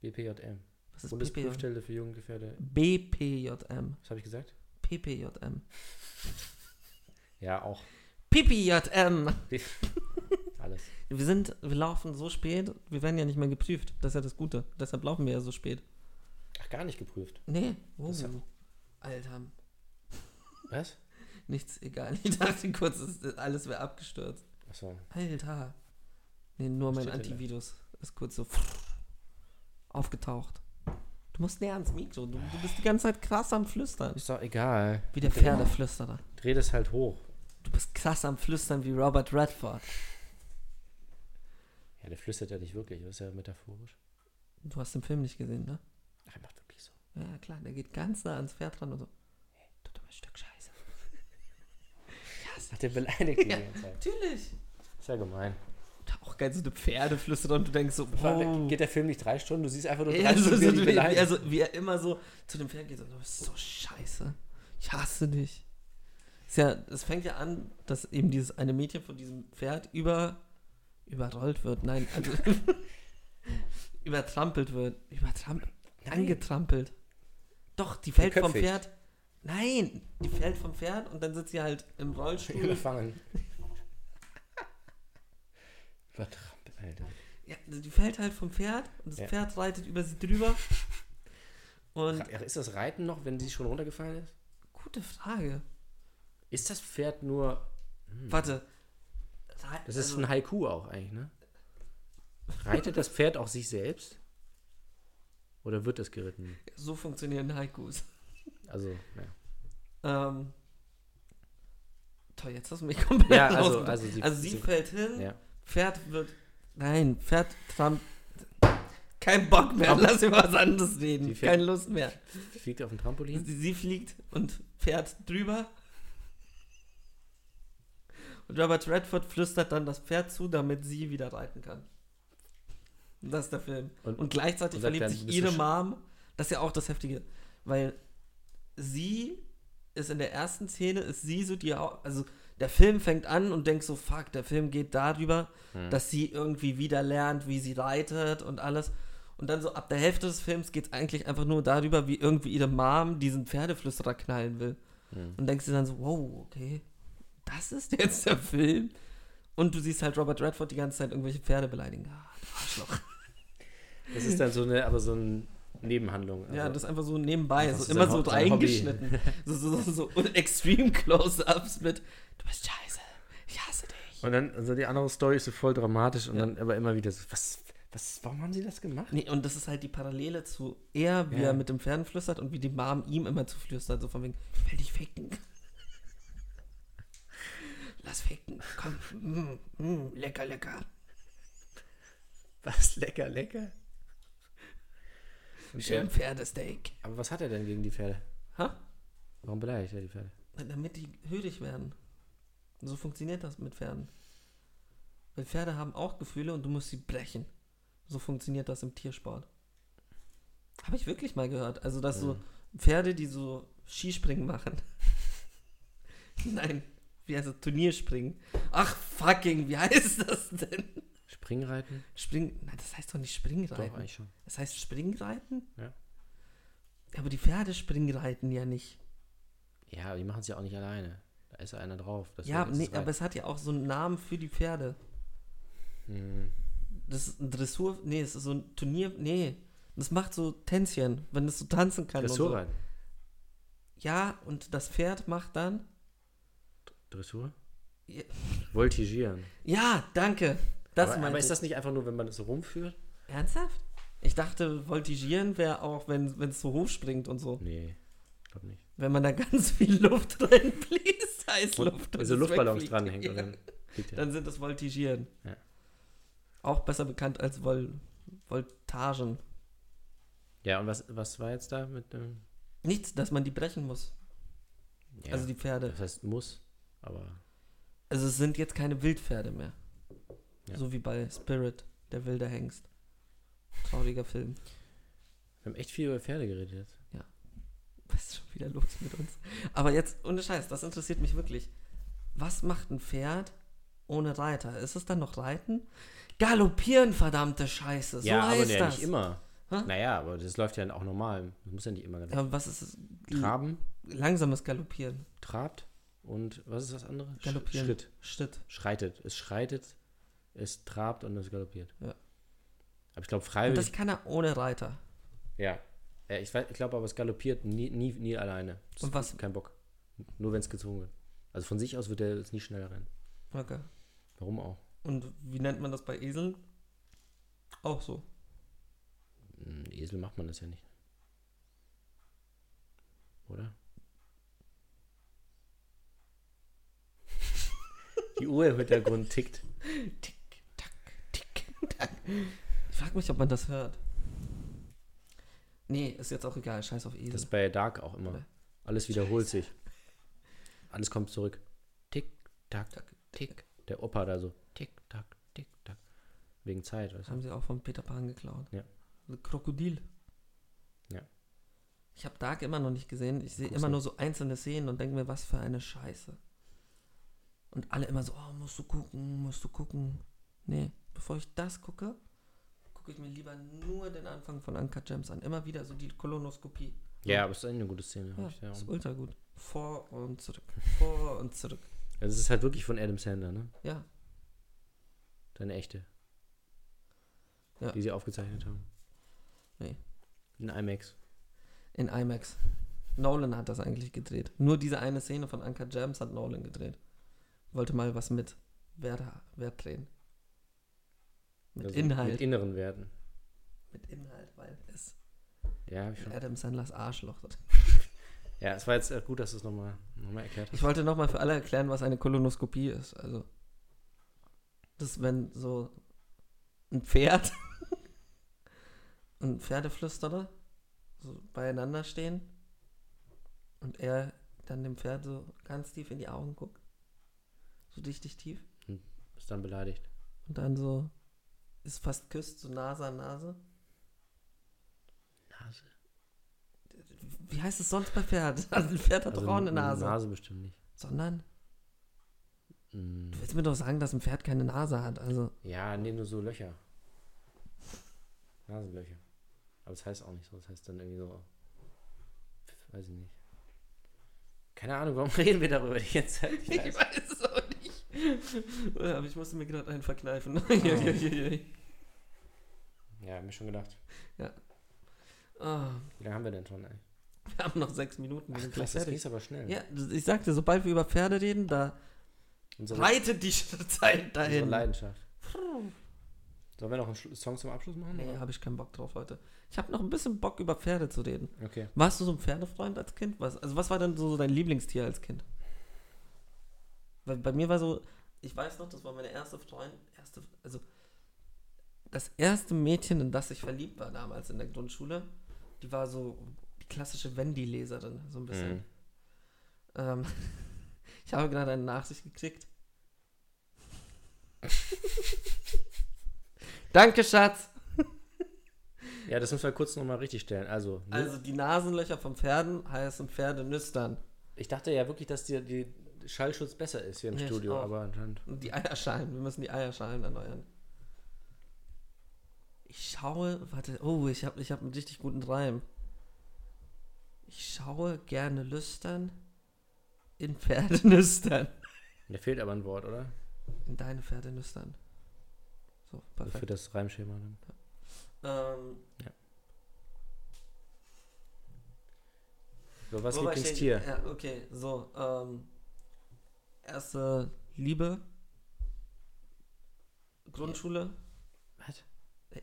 Speaker 4: BPJM.
Speaker 3: Was ist BPJM?
Speaker 4: Bundesprüfstelle für Jugendgefährde.
Speaker 3: BPJM.
Speaker 4: Was habe ich gesagt?
Speaker 3: PPJM.
Speaker 4: Ja, auch.
Speaker 3: PPJM.
Speaker 4: Alles.
Speaker 3: Wir sind, wir laufen so spät, wir werden ja nicht mehr geprüft. Das ist ja das Gute. Deshalb laufen wir ja so spät.
Speaker 4: Ach, gar nicht geprüft.
Speaker 3: Nee. Oh.
Speaker 4: Das ist
Speaker 3: Alter.
Speaker 4: Was?
Speaker 3: Nichts, egal. Ich dachte kurz, es ist- alles wäre abgestürzt.
Speaker 4: Achso.
Speaker 3: Alter. Nee, nur mein
Speaker 4: Steht denn
Speaker 3: Antivirus ist kurz so aufgetaucht. Du musst näher ans Mikro. Du, du bist die ganze Zeit krass am Flüstern.
Speaker 4: Ist doch egal.
Speaker 3: Wie der Pferdeflüsterer.
Speaker 4: Dreh das halt hoch.
Speaker 3: Du bist krass am Flüstern wie Robert Redford.
Speaker 4: Ja, der flüstert ja nicht wirklich. Das ist ja metaphorisch.
Speaker 3: Du hast den Film nicht gesehen, ne?
Speaker 4: Ach, er macht wirklich so.
Speaker 3: Ja, klar, der geht ganz nah ans Pferd ran und so. Hey, du dummes Stück Scheiße.
Speaker 4: Ach, der beleidigt die ganze Zeit.
Speaker 3: Natürlich.
Speaker 4: Ist ja gemein.
Speaker 3: Auch geil, so eine Pferdeflüsterer und du denkst so,
Speaker 4: Vor allem,
Speaker 3: wow.
Speaker 4: Geht der Film nicht drei Stunden? Du siehst einfach nur drei
Speaker 3: Ja, also,
Speaker 4: Stunden, wie er die
Speaker 3: wie,
Speaker 4: beleidigt.
Speaker 3: also wie er immer so zu dem Pferd geht, so, du bist so scheiße. Ich hasse dich. Ist ja, es fängt ja an, dass eben dieses eine Mädchen von diesem Pferd über überrollt wird. Nein, also übertrampelt wird. Übertrampelt. Angetrampelt. Doch, die fällt vom
Speaker 4: Geköpfigt.
Speaker 3: Pferd. Nein, die fällt vom Pferd und dann sitzt sie halt im Rollstuhl.
Speaker 4: Überfangen. Übertrampelt, Alter.
Speaker 3: ja, die fällt halt vom Pferd und das
Speaker 4: Ja.
Speaker 3: Pferd reitet über sie drüber. Und
Speaker 4: Ra- Ist das Reiten noch, wenn sie schon runtergefallen ist?
Speaker 3: gute Frage.
Speaker 4: Ist das Pferd nur.
Speaker 3: Warte. Rei-
Speaker 4: Das ist
Speaker 3: also,
Speaker 4: ein Haiku auch eigentlich, ne? Reitet das Pferd auch sich selbst? Oder wird es geritten?
Speaker 3: so funktionieren Haikus.
Speaker 4: Also, ja.
Speaker 3: Ähm, toll, jetzt hast du mich komplett
Speaker 4: Ja, also-
Speaker 3: rausgebracht.
Speaker 4: also sie-
Speaker 3: also sie,
Speaker 4: sie-
Speaker 3: fällt hin,
Speaker 4: ja.
Speaker 3: Pferd wird. Nein, Pferd trampt. Kein Bock mehr, lass über was anderes reden.
Speaker 4: Die Pferd-
Speaker 3: Keine Lust mehr.
Speaker 4: Fliegt auf dem Trampolin?
Speaker 3: Sie, sie fliegt und fährt drüber. Und Robert Redford flüstert dann das Pferd zu, damit sie wieder reiten kann. Und Das ist der Film. Und,
Speaker 4: Und-
Speaker 3: gleichzeitig
Speaker 4: und sagt
Speaker 3: verliebt
Speaker 4: dann,
Speaker 3: sich
Speaker 4: bist du
Speaker 3: ihre
Speaker 4: sch-
Speaker 3: Mom. Das ist ja auch das Heftige. Weil sie ist in der ersten Szene, ist sie so die Hau- Also der Film fängt an und denkt so, fuck, der Film geht darüber,
Speaker 4: Hm.
Speaker 3: dass sie irgendwie wieder lernt, wie sie reitet und alles. Und dann so ab der Hälfte des Films geht es eigentlich einfach nur darüber, wie irgendwie ihre Mom diesen Pferdeflüsterer knallen will.
Speaker 4: Hm.
Speaker 3: Und denkst dir dann so, wow, okay, das ist jetzt der Film. Und du siehst halt Robert Redford die ganze Zeit irgendwelche Pferde beleidigen. Ah, du Arschloch.
Speaker 4: Das ist dann so eine, aber so eine Nebenhandlung. Also,
Speaker 3: ja, das ist einfach so nebenbei,
Speaker 4: Das
Speaker 3: so
Speaker 4: ist
Speaker 3: immer
Speaker 4: sein
Speaker 3: so
Speaker 4: Ho- sein Hobby.
Speaker 3: reingeschnitten. so, so, so, so und extreme Close-Ups mit, du bist scheiße, ich hasse dich.
Speaker 4: Und dann, also die andere Story ist so voll dramatisch und dann aber immer wieder so, was, was, warum haben sie das gemacht?
Speaker 3: Nee, und das ist halt die Parallele zu er, wie
Speaker 4: Ja.
Speaker 3: er mit dem Pferden flüstert und wie die Mom ihm immer zuflüstert, so von wegen, ich will dich ficken. Lass ficken. Komm. Mm, mm, lecker, lecker.
Speaker 4: Was? Lecker, lecker? Und
Speaker 3: Schön
Speaker 4: der-
Speaker 3: Pferdesteak.
Speaker 4: Aber was hat er denn gegen die Pferde?
Speaker 3: Ha?
Speaker 4: Warum beleidigt er die Pferde?
Speaker 3: Na, Damit die hörig werden. So funktioniert das mit Pferden. Weil Pferde haben auch Gefühle und du musst sie brechen. So funktioniert das im Tiersport. Habe ich wirklich mal gehört. Also, dass so Pferde, die so Skispringen machen. Nein, wie heißt das? Turnierspringen. Ach, fucking, wie heißt das denn?
Speaker 4: Springreiten?
Speaker 3: Spring. Nein, das heißt doch nicht
Speaker 4: Doch,
Speaker 3: Springreiten.
Speaker 4: eigentlich schon.
Speaker 3: das heißt Springreiten?
Speaker 4: Ja.
Speaker 3: Aber die Pferde springreiten ja nicht.
Speaker 4: Ja, aber die machen es ja auch nicht alleine. Da ist ja einer drauf. deswegen
Speaker 3: Ja,
Speaker 4: ist es halt
Speaker 3: nee,
Speaker 4: rein.
Speaker 3: aber es hat ja auch so einen Namen für die Pferde.
Speaker 4: Hm,
Speaker 3: Das ist ein Dressur, nee, es ist so ein Turnier, nee. Das macht so Tänzchen, wenn es so tanzen kann. Und
Speaker 4: Dressurreiten.
Speaker 3: so. Ja, und das Pferd macht dann,
Speaker 4: Dressur?
Speaker 3: Ja.
Speaker 4: Voltigieren.
Speaker 3: ja, danke. Das
Speaker 4: aber,
Speaker 3: meinte
Speaker 4: aber ist
Speaker 3: ich.
Speaker 4: das nicht einfach nur, wenn man es so rumführt?
Speaker 3: Ernsthaft? Ich dachte, voltigieren wäre auch, wenn es so hoch springt und so.
Speaker 4: Nee, ich glaube nicht.
Speaker 3: Wenn man da ganz viel Luft reinbläst, Heißluft. und
Speaker 4: also
Speaker 3: es
Speaker 4: Luftballons
Speaker 3: wegfliegt.
Speaker 4: dran hängt.
Speaker 3: Ja.
Speaker 4: Dann, fliegt der.
Speaker 3: Dann sind es Voltigieren.
Speaker 4: Ja.
Speaker 3: Auch besser bekannt als Vol Voltagen.
Speaker 4: ja, und was, was war jetzt da mit dem.
Speaker 3: Nichts, dass man die brechen muss.
Speaker 4: Ja,
Speaker 3: Also die Pferde.
Speaker 4: das heißt, muss, aber.
Speaker 3: Also es sind jetzt keine Wildpferde mehr.
Speaker 4: Ja.
Speaker 3: So wie bei Spirit, der wilde Hengst. Trauriger Film.
Speaker 4: Wir haben echt viel über Pferde geredet jetzt.
Speaker 3: Was ist schon wieder los mit uns? Aber jetzt, ohne Scheiß, das interessiert mich wirklich. Was macht ein Pferd ohne Reiter? Ist es dann noch Reiten? Galoppieren, verdammte Scheiße. So
Speaker 4: ja, aber
Speaker 3: heißt
Speaker 4: ja
Speaker 3: das.
Speaker 4: nicht immer.
Speaker 3: Hä?
Speaker 4: Naja, aber das läuft ja auch normal. Das muss ja nicht immer.
Speaker 3: Ja, was ist es?
Speaker 4: Traben,
Speaker 3: Langsames Galoppieren.
Speaker 4: trabt und was ist das andere? Sch-
Speaker 3: Galoppieren.
Speaker 4: Schritt.
Speaker 3: Schritt.
Speaker 4: Schreitet. Es schreitet, es trabt und es galoppiert.
Speaker 3: Ja.
Speaker 4: Aber ich glaube,
Speaker 3: Und das
Speaker 4: freiwillig.
Speaker 3: kann er ohne Reiter.
Speaker 4: Ja. ja ich weiß- ich glaube aber, es galoppiert nie, nie, nie alleine. Das
Speaker 3: Und was-
Speaker 4: Kein Bock. Nur wenn es gezogen wird. Also von sich aus wird er jetzt nie schneller rennen.
Speaker 3: Okay.
Speaker 4: Warum auch?
Speaker 3: Und wie nennt man das bei Eseln? Auch so.
Speaker 4: Ein Esel macht man das ja nicht. Oder? Die Uhr im Hintergrund tickt.
Speaker 3: Tick, tack, tick, tack. Ich frag mich, ob man das hört. Nee, ist jetzt auch egal. Scheiß auf Esel.
Speaker 4: Das ist bei Dark auch immer. Alles wiederholt sich. Alles kommt zurück. Tick, tack, tick. Der Opa da so. Tick, tack, tick, tack. Wegen Zeit, weißt
Speaker 3: Das
Speaker 4: du?
Speaker 3: haben sie auch von Peter Pan geklaut.
Speaker 4: Ja.
Speaker 3: The Krokodil.
Speaker 4: Ja.
Speaker 3: Ich habe Dark immer noch nicht gesehen. Ich sehe
Speaker 4: Guck's
Speaker 3: immer
Speaker 4: nicht.
Speaker 3: nur so einzelne Szenen und denke mir, was für eine Scheiße. Und alle immer so, oh, musst du gucken, musst du gucken. Nee, bevor ich das gucke, gucke ich mir lieber nur den Anfang von Anka Gems an. Immer wieder so die Kolonoskopie.
Speaker 4: Ja, aber es ist eine gute Szene.
Speaker 3: Ja,
Speaker 4: hab ich ja.
Speaker 3: ist ultra gut. Vor und zurück. Vor und zurück.
Speaker 4: Also es ist halt wirklich von Adam Sandler, ne?
Speaker 3: Ja.
Speaker 4: Deine echte.
Speaker 3: Ja.
Speaker 4: Die sie aufgezeichnet haben.
Speaker 3: Nee.
Speaker 4: In IMAX.
Speaker 3: In IMAX. Nolan hat das eigentlich gedreht. Nur diese eine Szene von Anka Jams hat Nolan gedreht. Wollte mal was mit Wert, Wert drehen. Mit
Speaker 4: Also
Speaker 3: Inhalt.
Speaker 4: Mit
Speaker 3: Mit,
Speaker 4: inneren Werten.
Speaker 3: Inhalt, weil es
Speaker 4: Ja, hab ich
Speaker 3: in
Speaker 4: schon.
Speaker 3: Adam Sandlers Arschloch drin.
Speaker 4: ja, es war jetzt äh, gut, dass du es nochmal noch mal erklärt hast.
Speaker 3: Ich wollte nochmal für alle erklären, was eine Kolonoskopie ist. Also, das ist, wenn so ein Pferd und ein Pferdeflüsterer so beieinander stehen und er dann dem Pferd so ganz tief in die Augen guckt. So richtig tief.
Speaker 4: Ist dann beleidigt.
Speaker 3: Und dann so ist fast küsst, so Nase an Nase.
Speaker 4: Nase.
Speaker 3: Wie heißt es sonst bei Pferd? Also ein Pferd hat doch auch eine Nase.
Speaker 4: Nase bestimmt nicht.
Speaker 3: Sondern,
Speaker 4: Mm.
Speaker 3: du willst mir doch sagen, dass ein Pferd keine Nase hat. Also,
Speaker 4: Ja, nee, nur so Löcher. Nasenlöcher. Aber das heißt auch nicht so. Das heißt dann irgendwie so. Weiß ich nicht. Keine Ahnung, warum reden wir darüber die ganze Zeit? Ich weiß.
Speaker 3: weiß es auch nicht. Ja, Äh, Aber ich musste mir gerade einen verkneifen.
Speaker 4: Ja, hab mir schon gedacht.
Speaker 3: Ah,
Speaker 4: Wie lange haben wir denn schon? Ey?
Speaker 3: wir haben noch sechs Minuten. Wir
Speaker 4: Ach,
Speaker 3: sind
Speaker 4: krass,
Speaker 3: gleich
Speaker 4: das
Speaker 3: fertig.
Speaker 4: ging aber schnell.
Speaker 3: Ja, das- ich sagte, sobald wir über Pferde reden, da
Speaker 4: Unsere,
Speaker 3: reitet die Zeit
Speaker 4: unsere
Speaker 3: dahin.
Speaker 4: Leidenschaft. Sollen wir noch einen Schlu- Song zum Abschluss machen?
Speaker 3: Nee,
Speaker 4: oder?
Speaker 3: habe ich keinen Bock drauf heute. Ich habe noch ein bisschen Bock, über Pferde zu reden.
Speaker 4: Okay.
Speaker 3: Warst du so ein Pferdefreund als Kind? Was, also was war denn so dein Lieblingstier als Kind? Weil bei mir war so, ich weiß noch, das war meine erste Freundin, erste, also das erste Mädchen, in das ich verliebt war damals in der Grundschule, die war so die klassische Wendy-Leserin, so ein bisschen.
Speaker 4: Mhm.
Speaker 3: Ähm, ich habe gerade eine Nachricht gekriegt. Danke, Schatz.
Speaker 4: Ja, das müssen wir kurz nochmal richtig stellen. Also, ne?
Speaker 3: Also die Nasenlöcher von Pferden heißen Pferdenüstern.
Speaker 4: ich dachte ja wirklich, dass dir die Schallschutz besser ist hier im
Speaker 3: Ja, ich
Speaker 4: Studio,
Speaker 3: auch.
Speaker 4: aber anscheinend.
Speaker 3: Und die Eierschalen, wir müssen die Eierschalen erneuern. Ich schaue, warte, oh, ich habe ich hab einen richtig guten Reim. Ich schaue gerne lüstern in Pferdenüstern.
Speaker 4: Mir fehlt aber ein Wort, oder?
Speaker 3: In deine Pferdenüstern. So, perfekt.
Speaker 4: Für das Reimschema. Dann.
Speaker 3: Ähm,
Speaker 4: So, was
Speaker 3: Wobei
Speaker 4: Lieblingstier?
Speaker 3: steht- Ja, okay, so. Ähm, erste Liebe. Grundschule.
Speaker 4: Was?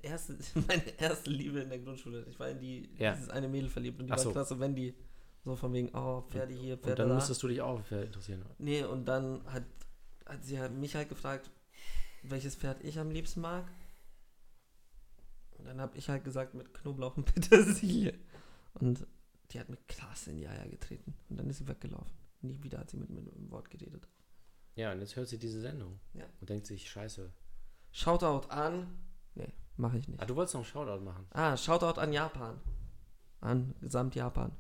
Speaker 3: Erste, meine erste Liebe in der Grundschule. Ich war in die,
Speaker 4: Ja.
Speaker 3: dieses eine Mädel verliebt und die
Speaker 4: Ach so.
Speaker 3: war klasse Wendy. So von wegen, oh, Pferde hier,
Speaker 4: Und
Speaker 3: Pferde
Speaker 4: dann
Speaker 3: da.
Speaker 4: müsstest du dich auch für interessieren.
Speaker 3: Nee, und dann hat, hat sie halt mich halt gefragt, welches Pferd ich am liebsten mag. Und dann habe ich halt gesagt, mit Knoblauch und Petersilie. Und die hat mir krass in die Eier getreten. Und dann ist sie weggelaufen. Nie wieder hat sie mit mir im Wort geredet.
Speaker 4: Ja, und jetzt hört sie diese Sendung
Speaker 3: Ja.
Speaker 4: und denkt sich, scheiße.
Speaker 3: Shoutout an. Nee, mache ich nicht.
Speaker 4: Ah, du wolltest noch einen Shoutout machen.
Speaker 3: Ah, Shoutout an Japan. An gesamt Japan.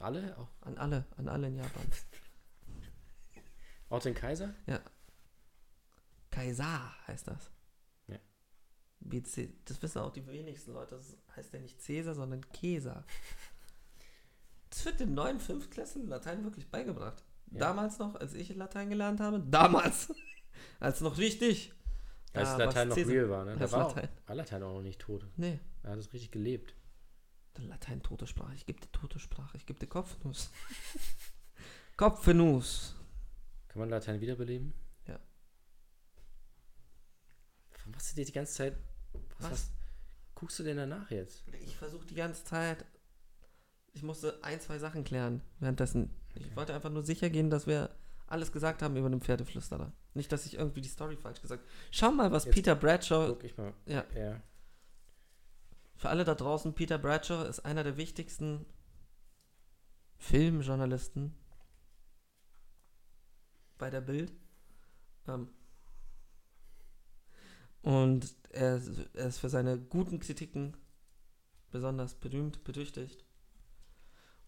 Speaker 4: Alle? Auch,
Speaker 3: An alle, an alle in Japan.
Speaker 4: auch den Kaiser?
Speaker 3: Kaiser heißt das.
Speaker 4: Ja.
Speaker 3: BC, das wissen auch die wenigsten Leute. Das heißt ja nicht Cäsar, sondern Käser. Das wird den neuen Fünftklässlern Latein wirklich beigebracht.
Speaker 4: Ja.
Speaker 3: Damals noch, als ich Latein gelernt habe, damals, als noch richtig.
Speaker 4: Als
Speaker 3: Da war's
Speaker 4: Latein noch
Speaker 3: Cäsar.
Speaker 4: real war, ne? Da
Speaker 3: Als
Speaker 4: war
Speaker 3: Latein.
Speaker 4: Auch, war Latein auch noch nicht tot.
Speaker 3: Nee,
Speaker 4: Er hat es richtig gelebt.
Speaker 3: der Latein tote Sprache. Ich gebe dir tote Sprache. Ich gebe dir Kopfnuss. Kopfnuss.
Speaker 4: Kann man Latein wiederbeleben?
Speaker 3: Ja.
Speaker 4: Warum machst du dir die ganze Zeit.
Speaker 3: Was?
Speaker 4: Was? hast- guckst du denn danach jetzt?
Speaker 3: Ich versuche die ganze Zeit. Ich musste ein, zwei Sachen klären währenddessen. Ich wollte einfach nur sicher gehen, dass wir alles gesagt haben über den Pferdeflüsterer. Nicht, dass ich irgendwie die Story falsch gesagt habe. Schau mal, was
Speaker 4: Jetzt
Speaker 3: Peter Bradshaw.
Speaker 4: Guck ich mal.
Speaker 3: Oh, Ja,
Speaker 4: Ja.
Speaker 3: für alle da draußen, Peter Bradshaw ist einer der wichtigsten Filmjournalisten bei der Bild. Ähm, und er, ist- er ist für seine guten Kritiken besonders berühmt, berüchtigt.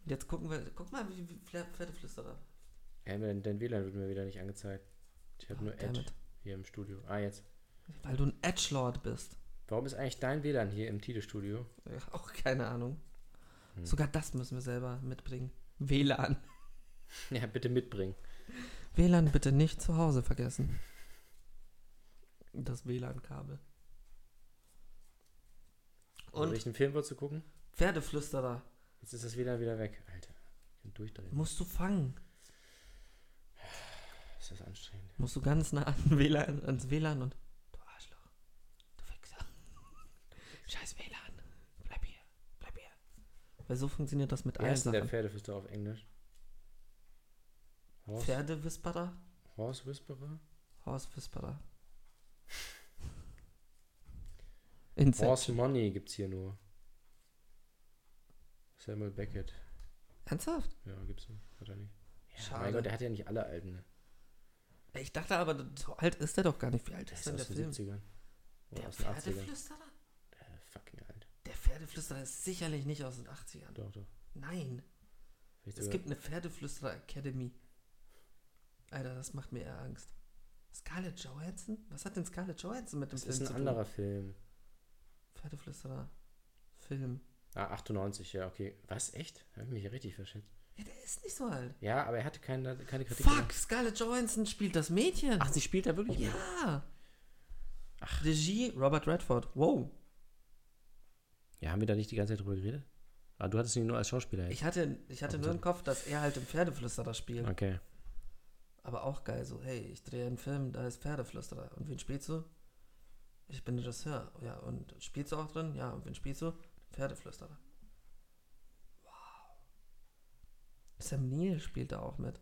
Speaker 3: Und jetzt gucken wir, guck mal, wie, wie Pferd- Pferdeflüsterer.
Speaker 4: Hey, mein- dein WLAN wird mir wieder nicht angezeigt. Ich habe
Speaker 3: Oh,
Speaker 4: nur
Speaker 3: damn
Speaker 4: Edge
Speaker 3: it.
Speaker 4: hier im Studio. Ah, jetzt.
Speaker 3: Weil du ein Edgelord bist.
Speaker 4: Warum ist eigentlich dein WLAN hier im Tide-Studio?
Speaker 3: Ja, Auch keine Ahnung. Sogar das müssen wir selber mitbringen. WLAN.
Speaker 4: Ja, bitte mitbringen.
Speaker 3: WLAN bitte nicht zu Hause vergessen. Das WLAN-Kabel.
Speaker 4: Und?
Speaker 3: Und-
Speaker 4: ich einen Film wolltest du gucken?
Speaker 3: Pferdeflüsterer,
Speaker 4: Jetzt ist das WLAN wieder weg. Alter, ich kann durchdrehen.
Speaker 3: musst du fangen.
Speaker 4: Ist das anstrengend.
Speaker 3: Musst du ganz nah an WLAN, ans WLAN und. Du Arschloch. Du Wichser. Scheiß WLAN. Bleib hier. Bleib hier. Weil so funktioniert das mit
Speaker 4: Wie
Speaker 3: allen
Speaker 4: heißt denn der
Speaker 3: Sachen.
Speaker 4: Pferdefüster auf Englisch? Horse,
Speaker 3: Pferdewhisperer?
Speaker 4: Horse Whisperer?
Speaker 3: Horse-Whisperer. Insekt.
Speaker 4: Horse Money gibt's hier nur. Samuel Beckett.
Speaker 3: Ernsthaft?
Speaker 4: Ja, gibt's nur. Hat er nicht. Ja, mein
Speaker 3: Schade.
Speaker 4: Gott, der hat ja nicht alle alten. Ne?
Speaker 3: Ich dachte aber, so alt ist der doch gar nicht. Wie alt
Speaker 4: Der
Speaker 3: ist
Speaker 4: ist
Speaker 3: denn
Speaker 4: aus
Speaker 3: der
Speaker 4: den
Speaker 3: Film?
Speaker 4: 70ern. Oder
Speaker 3: Der
Speaker 4: aus den 80ern.
Speaker 3: Pferdeflüsterer?
Speaker 4: Der ist fucking alt.
Speaker 3: Der Pferdeflüsterer ist sicherlich nicht aus den 80ern.
Speaker 4: Doch, doch.
Speaker 3: Nein.
Speaker 4: Vielleicht
Speaker 3: Es
Speaker 4: sogar-
Speaker 3: gibt eine Pferdeflüsterer Academy. Alter, das macht mir eher Angst. Scarlett Johansson? Was hat denn Scarlett Johansson mit dem
Speaker 4: das
Speaker 3: Film
Speaker 4: ist
Speaker 3: zu
Speaker 4: ein anderer Film.
Speaker 3: tun? Pferdeflüsterer Film.
Speaker 4: Ah, 98, ja, okay. Was? Echt? Habe ich mich ja richtig verschätzt.
Speaker 3: Ja, der ist nicht so alt.
Speaker 4: Ja, aber er hatte keine, keine Kritik.
Speaker 3: Fuck,
Speaker 4: gemacht.
Speaker 3: Scarlett Johansson spielt das Mädchen.
Speaker 4: Ach, sie spielt da wirklich mit?
Speaker 3: ja. Regie Robert Redford. Wow.
Speaker 4: Ja, haben wir da nicht die ganze Zeit drüber geredet? Ah, du hattest ihn nur als Schauspieler jetzt.
Speaker 3: Ich hatte, ich hatte nur im Kopf, dass er halt im Pferdeflüsterer spielt.
Speaker 4: Okay.
Speaker 3: Aber auch geil, so, hey, ich drehe einen Film, da ist Pferdeflüsterer. Und wen spielst du? Ich bin Regisseur. Ja, und spielst du auch drin? Ja, und wen spielst du? Pferdeflüsterer. Wow. Sam Neill spielt da auch mit.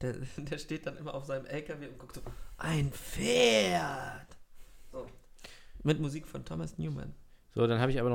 Speaker 3: Der, der steht dann immer auf seinem LKW und guckt so, ein Pferd! So. Mit Musik von Thomas Newman.
Speaker 4: So, dann habe ich aber noch